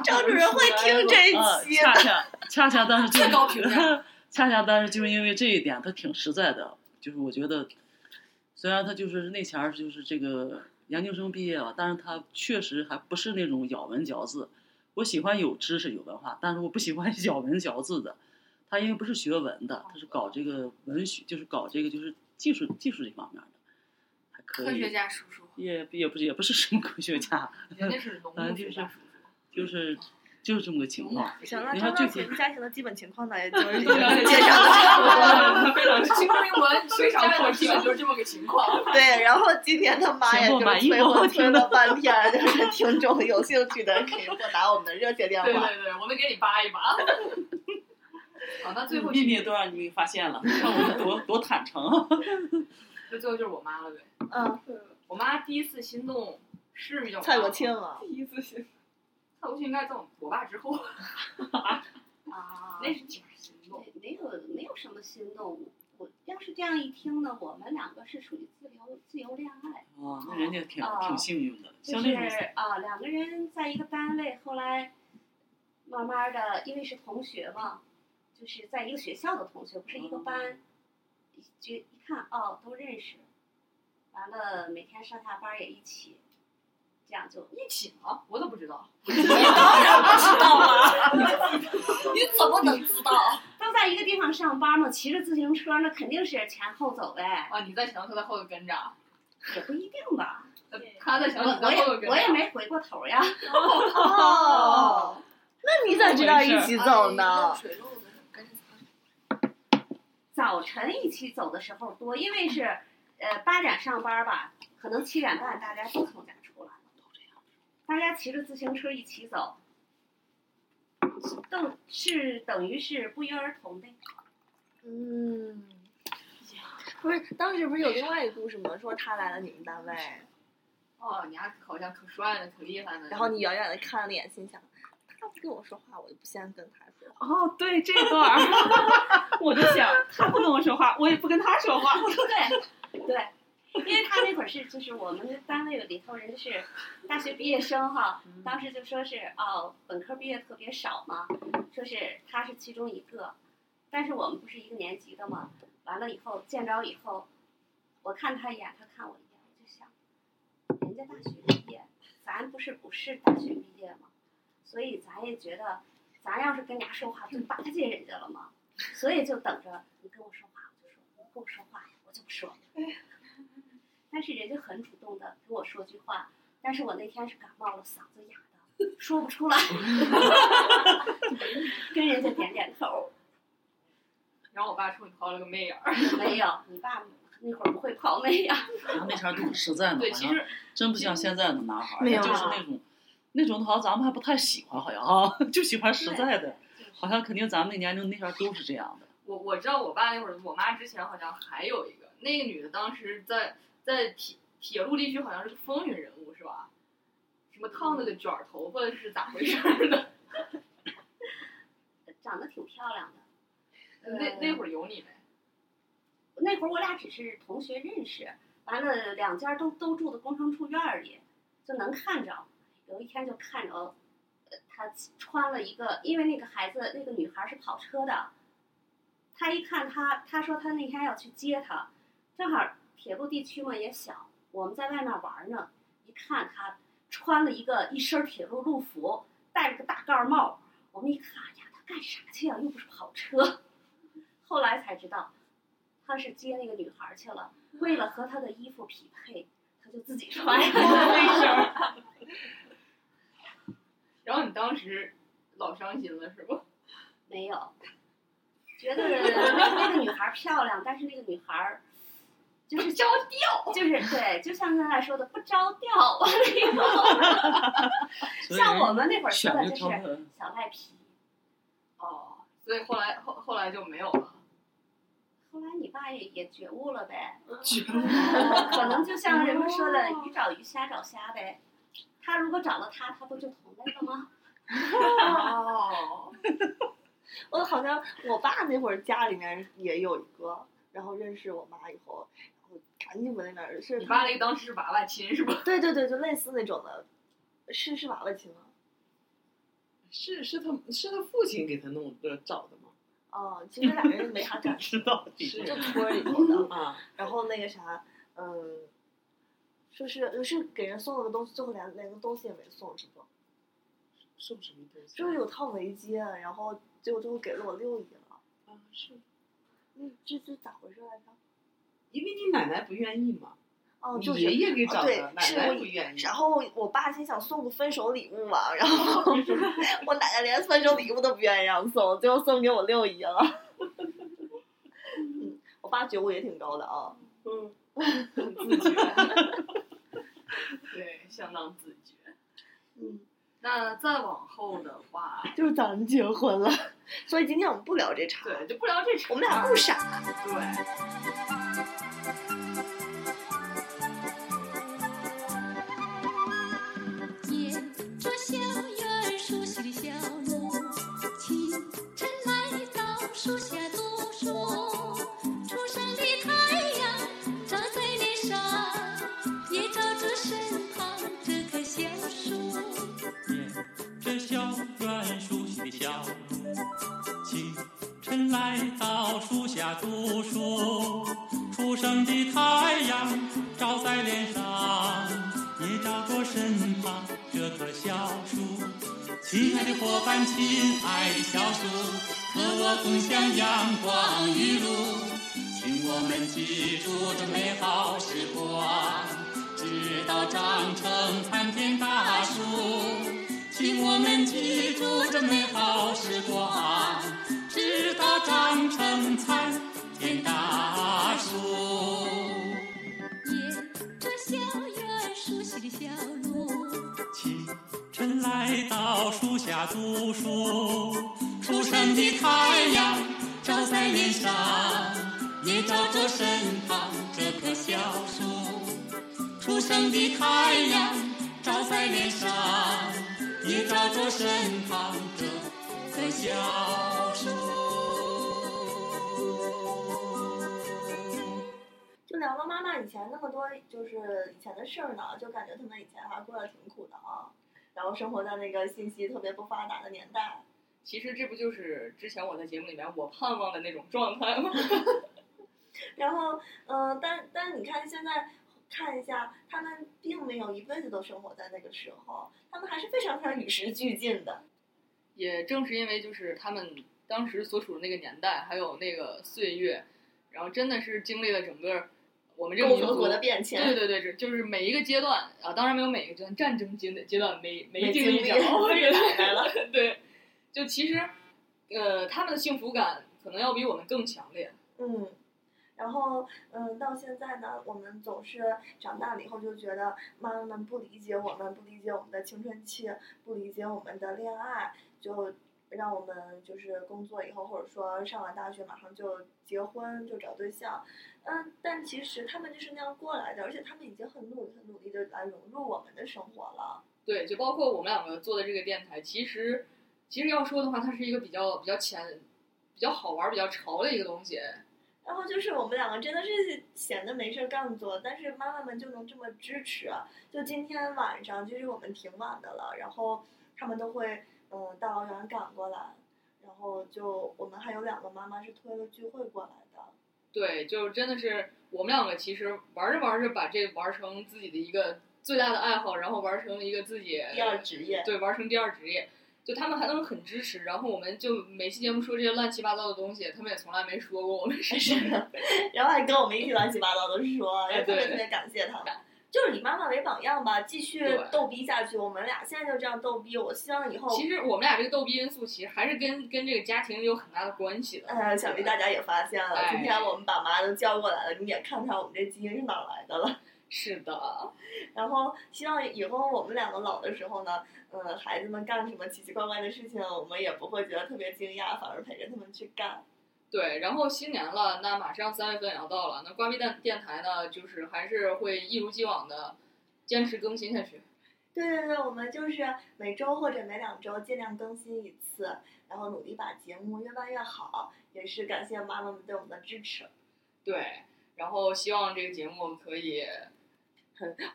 S8: 张主任会听这
S7: 啊
S1: 嗯
S8: 一期
S7: 恰恰恰恰，但是
S8: *laughs*
S7: 就
S8: 太高评价
S7: *laughs* 恰恰但是就是因为这一点，他挺实在的，就是我觉得虽然他就是那前儿就是这个研究生毕业了，但是他确实还不是那种咬文嚼字。我喜欢有知识有文化，但是我不喜欢 *laughs* 咬文嚼字的。他因为不是学文的，他是搞这个文学，就是搞这个就是技术技术这方面的，还可以。
S4: 科学家叔叔，
S7: 也也不是也不是什么科学家，
S4: 人家是农
S7: 嗯，
S4: 牧
S7: 就
S4: 学
S7: 是
S4: 家
S7: 就是就是这么个情况。
S4: 嗯
S1: 行了，
S7: 你看
S1: 张
S7: 最
S1: 张
S7: 近
S1: 琴家庭的基本情
S4: *laughs*
S1: 况呢，也就是
S7: 都了解
S1: 介绍
S7: 了
S1: 了，
S7: 非常
S4: 清楚我非常
S1: 透
S4: 透
S1: 彻
S4: 彻，就是这么个情况。 *laughs*
S1: 对，然后今天他妈呀，
S7: 行
S1: 就
S7: 不满
S1: 是
S7: 意
S1: 催
S7: 不
S1: 婚催了半天儿，就是听众有兴趣的可以拨打我们的热线电
S4: 对
S1: 话。
S4: 对对，我们给你扒一扒。好，那最后
S7: 嗯秘密都让你们发现了，看我们
S6: *laughs*
S7: 多多坦诚。
S6: 哦
S4: 那最后就是我妈了呗。
S1: 嗯，
S4: 我妈第一次心动是比较
S1: 蔡国庆
S4: *laughs*
S1: 啊
S4: 第一次心，蔡国庆应该在我爸之后。
S6: 啊
S4: 那是几
S6: 没没有没有什么心动。我要是这样一听呢，我们两个是属于自由自由恋爱。
S7: 啊，那人家挺
S6: 啊
S7: 挺幸运的，
S6: 就
S7: 像那
S6: 是
S7: 种
S6: 啊，两个人在一个单位，后来慢慢的，因为是同学嘛，就是在一个学校的同学，不是一个班，
S7: *laughs*
S6: 一就一看哦，都认识，完了每天上下班也一起，这样就
S4: 一起吗？我怎么不知道？
S6: 当然不知道
S4: 啊了，
S6: 你怎么能知道？都在一个地方上班嘛，骑着自行车，那肯定是前后走呗。
S4: 啊，你在前头，他在后头跟着。
S6: 也不一定吧。
S4: 他在前头，你
S6: 我
S4: 在后头
S6: 也
S4: 跟着。
S6: 我也没回过头呀。
S1: 哦，哎那你咋知道一起走呢？
S6: 早晨一起走的时候多，因为是呃八点上班吧，可能七点半大家都从家出来了，大家骑着自行车一起走，更是等于是不约而同的。
S1: 嗯，不是，当时不是有另外一个故事吗？说他来了你们单位，
S4: 哦，你丫好像可帅了，可厉害了。
S1: 然后你远远的看了一眼，心想他不跟我说话，我就不先跟他说。
S8: 哦，对这段儿， *laughs* 我就想他不跟我说话，我也不跟他说话。
S6: 对，对，因为他那会儿是就是我们单位里头人是大学毕业生哈，当时就说是哦，本科毕业特别少嘛，说是他是其中一个，但是我们不是一个年级的嘛，完了以后见着以后，我看他一眼，他看我一眼，我就想，人家大学毕业，咱不是不是大学毕业嘛，所以咱也觉得，咱要是跟人家说话，就巴结人家了嘛，所以就等着你跟我说话，我就说你跟我说话呀，我就不说。 *laughs* 但是人家很主动的跟我说句话，但是我那天是感冒了，嗓子哑的，说不出来， *laughs* 跟人家点点头，
S4: 然后我爸冲你抛了个媚眼儿。
S6: 没有，你爸那会儿不会抛媚眼儿，
S7: 咱那前儿都挺实在呢，
S4: 对
S7: 好
S4: 其
S7: 像
S4: 实
S7: 真不像现在的男孩儿，
S6: 没有
S7: 就是
S6: 啊
S7: 那种那种的好像咱们还不太喜欢，好像啊， *laughs* 就喜欢实在的，好像肯定咱们那年龄那前儿都是这样的。
S4: 我我知道我爸那会儿，我妈之前好像还有一个，那个女的当时在在铁铁路地区好像是个风云人物是吧？什么烫那个卷儿头发是咋回事儿呢？ *laughs*
S6: 长得挺漂亮的。
S1: 嗯
S4: 那那会儿有你没？
S6: 那会儿我俩只是同学认识，完了两家都都住的工程处院儿里，就能看着。有一天就看着，呃，他穿了一个，因为那个孩子那个女孩是跑车的，他一看他，他说他那天要去接他，正好铁路地区嘛也小，我们在外面玩呢，一看他穿了一个一身铁路路服，戴了个大盖帽，我们一看哎呀，他干啥去啊呀、又不是跑车。 *laughs* 后来才知道，他是接那个女孩去了，为了和他的衣服匹配，他就自己穿上了。
S4: 然后你当时老伤心了是 *laughs* 吧？
S6: *laughs* 没有，觉得那个女孩漂亮，但是那个女孩就是
S4: 着调，
S6: 就是对，就像刚才说的不着调。完了以后，像我们那会儿说的就是小赖皮。
S4: 哦，所以后来后后来就没有了。
S6: 后来你爸也也觉悟了呗，嗯可能就像人们说的
S4: 哦
S6: 鱼找鱼，虾找虾呗。他如果找了他，他不就同类了吗？
S1: *laughs*
S4: 哦，
S1: 我好像我爸那会儿家里面也有一个，然后认识我妈以后，然后赶紧把那边儿是
S4: 你
S1: 他
S4: 爸那个当时是娃娃亲是吧？ *laughs*
S1: 对对对，就类似那种的，是是娃娃亲吗？
S9: 是是他是他父亲给他弄的找的吗？
S1: *laughs* 哦，其实俩人没啥感情，
S7: 知道
S1: 就托儿里头的。
S9: 啊，
S1: 然后那个啥，嗯、嗯，说是是给人送了个东西，最后连连个东西也没送，是不？
S9: 送什么东西？
S1: 就是有套围巾，然后结果最后给了我六姨了。
S9: 啊，是。
S1: 嗯，这这咋回事来着？
S9: 因为你奶奶不愿意嘛。
S1: 哦，
S9: 你
S1: 就是
S9: 爷爷给
S1: 啊
S9: 找
S1: 对
S9: 的，奶
S1: 是
S9: 奶
S1: 我
S9: 不
S1: 爷
S9: 愿意
S1: 然后我爸心想送个分手礼物嘛，然
S9: *laughs*
S1: 后我奶奶连分手礼物都不愿意让送，最后送给我六姨了。 *laughs* 嗯，我爸觉悟也挺高的啊。
S9: 嗯，
S4: 很自觉，对，相当自觉。
S1: 嗯，
S4: 那再往后的话，
S1: 就是咱结婚了，所以今天我们不聊这茬，
S4: 对，就不聊这茬，
S1: 我们
S9: 啊
S1: 俩不傻。
S13: 沿着小院熟悉的小路，清晨来到树下读书。初升的太阳照在脸上，也照着身旁这棵小树。
S8: 这小院熟悉的小路，清晨来到树下读书。初升的太阳照在脸上，也照着身旁这棵小树。亲爱的伙伴，亲爱的小树，和我共享阳光雨露，请我们记住这美好时光，直到长成参天大树。请我们记住这美好时光，直到长成参天大树。
S13: 沿着小院熟悉的小路，
S8: 清晨来到树下读书，初升的太阳照在脸上，也照着身旁这棵小树。初升的太阳照在脸上，也照着身旁这棵小树。
S1: 就聊了妈妈以前那么多，就是以前的事儿呢，就感觉他们以前还过得挺苦的啊，然后生活在那个信息特别不发达的年代。
S4: 其实这不就是之前我在节目里面我盼望的那种状态吗？ *laughs*
S1: 然后，嗯、但但你看现在看一下，他们并没有一辈子都生活在那个时候，他们还是非常非常与时俱进的。
S4: 也正是因为就是他们当时所处的那个年代，还有那个岁月，然后真的是经历了整个我们这个
S1: 共
S4: 民
S1: 和
S4: 族
S1: 国的变迁
S4: 对对对，这就是每一个阶段啊，当然没有每一个阶段战争阶段阶段没
S1: 没
S4: 经
S1: 经
S4: 历
S1: 历
S4: 着，
S1: 被打 *laughs* 开了
S4: 对，就其实呃，他们的幸福感可能要比我们更强烈。
S1: 嗯，然后嗯，到现在呢，我们总是长大了以后就觉得妈妈们不理解我们，不理解我们的青春期，不理解我们的恋爱，就让我们就是工作以后，或者说上完大学马上就结婚，就找对象。嗯，但其实他们就是那样过来的，而且他们已经很努力、很努力的来融入我们的生活了。
S4: 对，就包括我们两个做的这个电台，其实其实要说的话，它是一个比较比较浅、比较好玩儿、比较潮的一个东西。
S1: 然后就是我们两个真的是闲的没事儿干做，但是妈妈们就能这么支持。啊就今天晚上，其实我们挺晚的了，然后他们都会嗯大老远赶过来，然后就我们还有两个妈妈是推了聚会过来的。
S4: 对，就是真的是我们两个其实玩着玩着把这玩成自己的一个最大的爱好，然后玩成一个自己
S1: 第二职业
S4: 对，玩成第二职业。就他们还能很支持，然后我们就每期节目说这些乱七八糟的东西，他们也从来没说过我们是
S1: *laughs*
S4: 谁。
S1: 然后还跟我们一起乱七八糟的说， *laughs*
S4: 哎
S1: 也特别
S4: 对
S1: 特别感谢他们。就是以妈妈为榜样吧，继续
S4: 对
S1: 逗逼下去。我们俩现在就这样逗逼，我希望以后
S4: 其实我们俩这个逗逼因素，其实还是跟跟这个家庭有很大的关系的。
S1: 呃， *laughs* 想必大家也发现了，
S4: 哎
S1: 今天我们把妈都叫过来了，你也看看我们这基因是哪儿来的了。
S4: 是的，
S1: 然后希望以后我们两个老的时候呢，呃，孩子们干什么奇奇怪怪的事情，我们也不会觉得特别惊讶，反而陪着他们去干。
S4: 对，然后新年了，那马上三月份也要到了，那瓜逼蛋电台呢，就是还是会一如既往的坚持更新下去。
S1: 对对对，我们就是每周或者每两周尽量更新一次，然后努力把节目越办越好，也是感谢妈妈们对我们的支持。
S4: 对，然后希望这个节目可以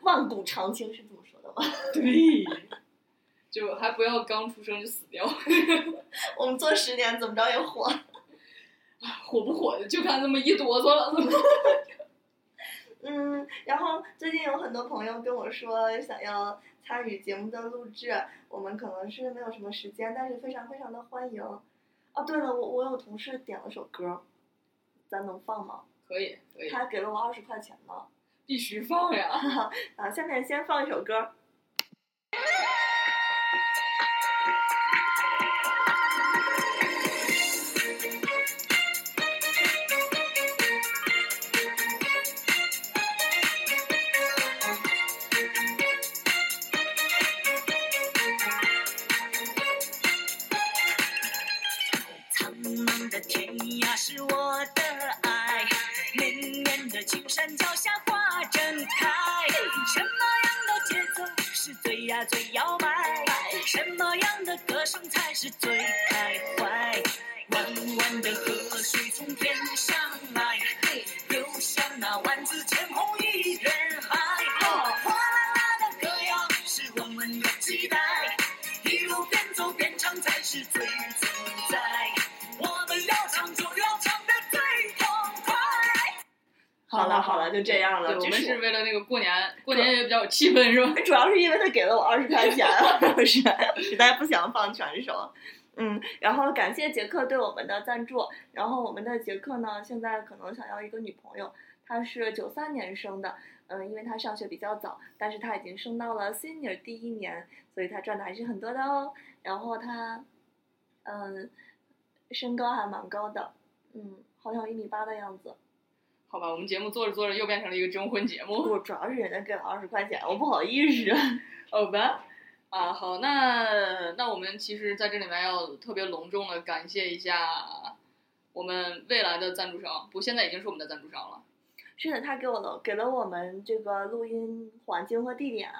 S1: 万古长青是这么说的吗？ *laughs*
S4: 对，就还不要刚出生就死掉， *laughs*
S1: 我们做十年怎么着也火。
S4: 火不火的就看这么一哆嗦了。
S1: 嗯，然后最近有很多朋友跟我说想要参与节目的录制，我们可能是没有什么时间，但是非常非常的欢迎。哦，对了，我我有同事点了首歌，咱能放吗？
S4: *laughs* 可以，可以。
S1: 他给了我二十块钱呢，
S4: 必须放呀！
S1: 啊，下面先放一首歌。
S13: 苍茫的天涯是我的爱，绵绵的青山脚下花正开。什么样的节奏是最呀最摇摆？什么样的歌声才是最开怀？弯弯的河水从天上来，流向那万紫千红一片海。哗啦啦的歌谣是我们的期待，一路边走边唱才是最自在。我们要唱就要唱得最痛快。
S1: 好了好了，就这样了。
S4: 对我
S1: 这
S4: 们
S1: 是
S4: 是为了那个过年，过年也比较有气氛是吧？ *laughs*
S1: 主要是因为他给了我二十块钱， *laughs* 我实实在不想放全首。嗯，然后感谢杰克对我们的赞助。然后我们的杰克呢，现在可能想要一个女朋友，他是九三年生的，嗯，因为他上学比较早，但是他已经升到了 senior 第一年，所以他赚的还是很多的哦。然后他，嗯，身高还蛮高的，嗯，好像一米八的样子。
S4: 好吧，我们节目做着做着又变成了一个征婚节目。
S1: 我主要是人家给我二十块钱，我不好意思。
S4: 好吧，啊好，那那我们其实在这里面要特别隆重的感谢一下我们未来的赞助商，不，现在已经是我们的赞助商了。
S1: 是的，他给我了给了我们这个录音环境和地点，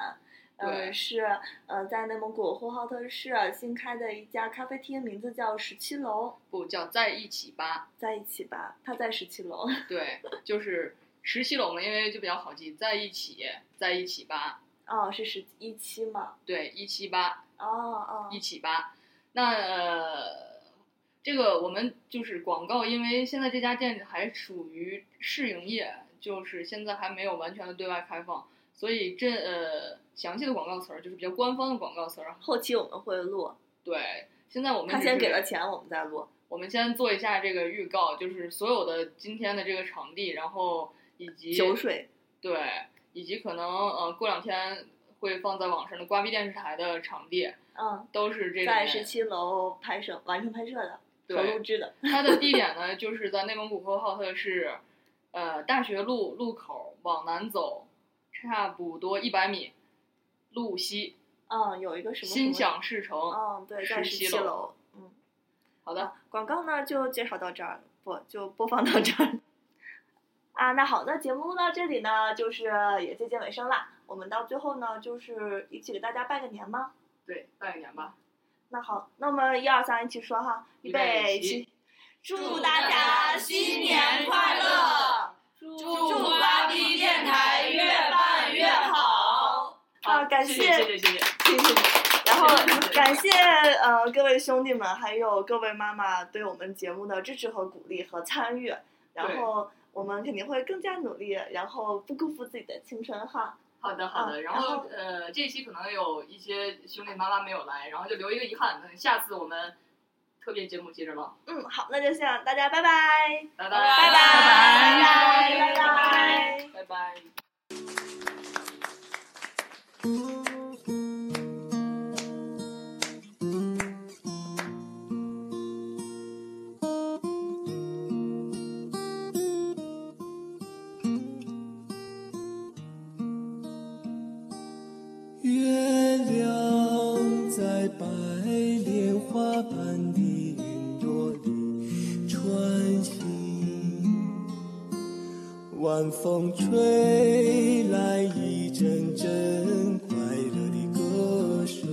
S4: 对
S1: 呃是呃在内蒙古呼和浩特市新开的一家咖啡厅，名字叫十七楼，
S4: 不叫在一起吧，
S1: 在一起吧，他在十七楼， *laughs*
S4: 对，就是十七楼嘛，因为就比较好记，在一起，在一起吧，
S1: 哦是十一期嘛，
S4: 对，一七八，
S1: 哦哦，
S4: 一起吧。那呃，这个我们就是广告，因为现在这家店还属于试营业，就是现在还没有完全的对外开放，所以这呃详细的广告词儿就是比较官方的广告词儿。
S1: 后期我们会录，
S4: 对，现在我们
S1: 他
S4: 只
S1: 先
S4: 是
S1: 给了钱，我们再录，
S4: 我们先做一下这个预告，就是所有的今天的这个场地，然后以及
S1: 酒水，
S4: 对，以及可能呃过两天会放在网上的瓜逼电视台的场地，
S1: 嗯，
S4: 都是这
S1: 在
S4: 里面
S1: 十七楼拍摄完成拍摄的和
S4: 对
S1: 录制的，
S4: 它的地点呢，就是在内蒙古呼和浩特市，呃，大学路路口往南走，差不多一百米，路西
S1: 嗯有一个什么什么
S4: 心想事成。
S1: 嗯对，在
S4: 17
S1: 七
S4: 楼。
S1: 楼，嗯，
S4: 好的，
S1: 广告呢就介绍到这儿，不就播放到这儿。 *laughs* 啊，那好，那节目录到这里呢，就是也接近尾声啦。我们到最后呢，就是一起给大家拜个年吗？
S4: 对，拜个年吧。
S1: 那好，那我们一二三一起说哈，预备
S4: 备起
S1: 起，祝
S8: 大家新年快乐！祝瓜逼电台越办越好！
S1: 啊，感
S8: 谢
S1: 谢
S8: 谢谢谢
S4: 谢谢。
S1: *laughs* 然后感谢呃各位兄弟们，还有各位妈妈对我们节目的支持和鼓励和参与。然后我们肯定会更加努力，然后不辜负自己的青春哈。
S4: 好的，好的。
S1: 嗯
S4: 然
S1: 然
S4: 后
S1: 后
S4: 呃，这一期可能有一些兄弟妈妈没有来，然后就留一个遗憾，等下次我们特别节目接着唠。
S1: 嗯，好，那就这样，大家拜拜，
S4: 拜拜，
S1: 拜拜，拜拜，拜。
S4: 拜拜。
S15: 月亮在白莲花般的云朵里穿行，晚风吹来一阵阵快乐的歌声。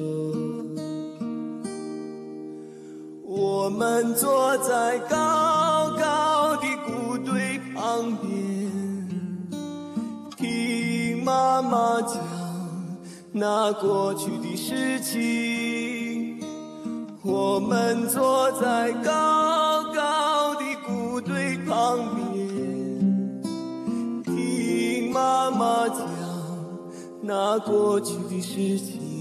S15: 我们坐在高高的谷堆旁边，听妈妈讲。那过去的事情。我们坐在高高的谷堆旁边，听妈那过去的事情。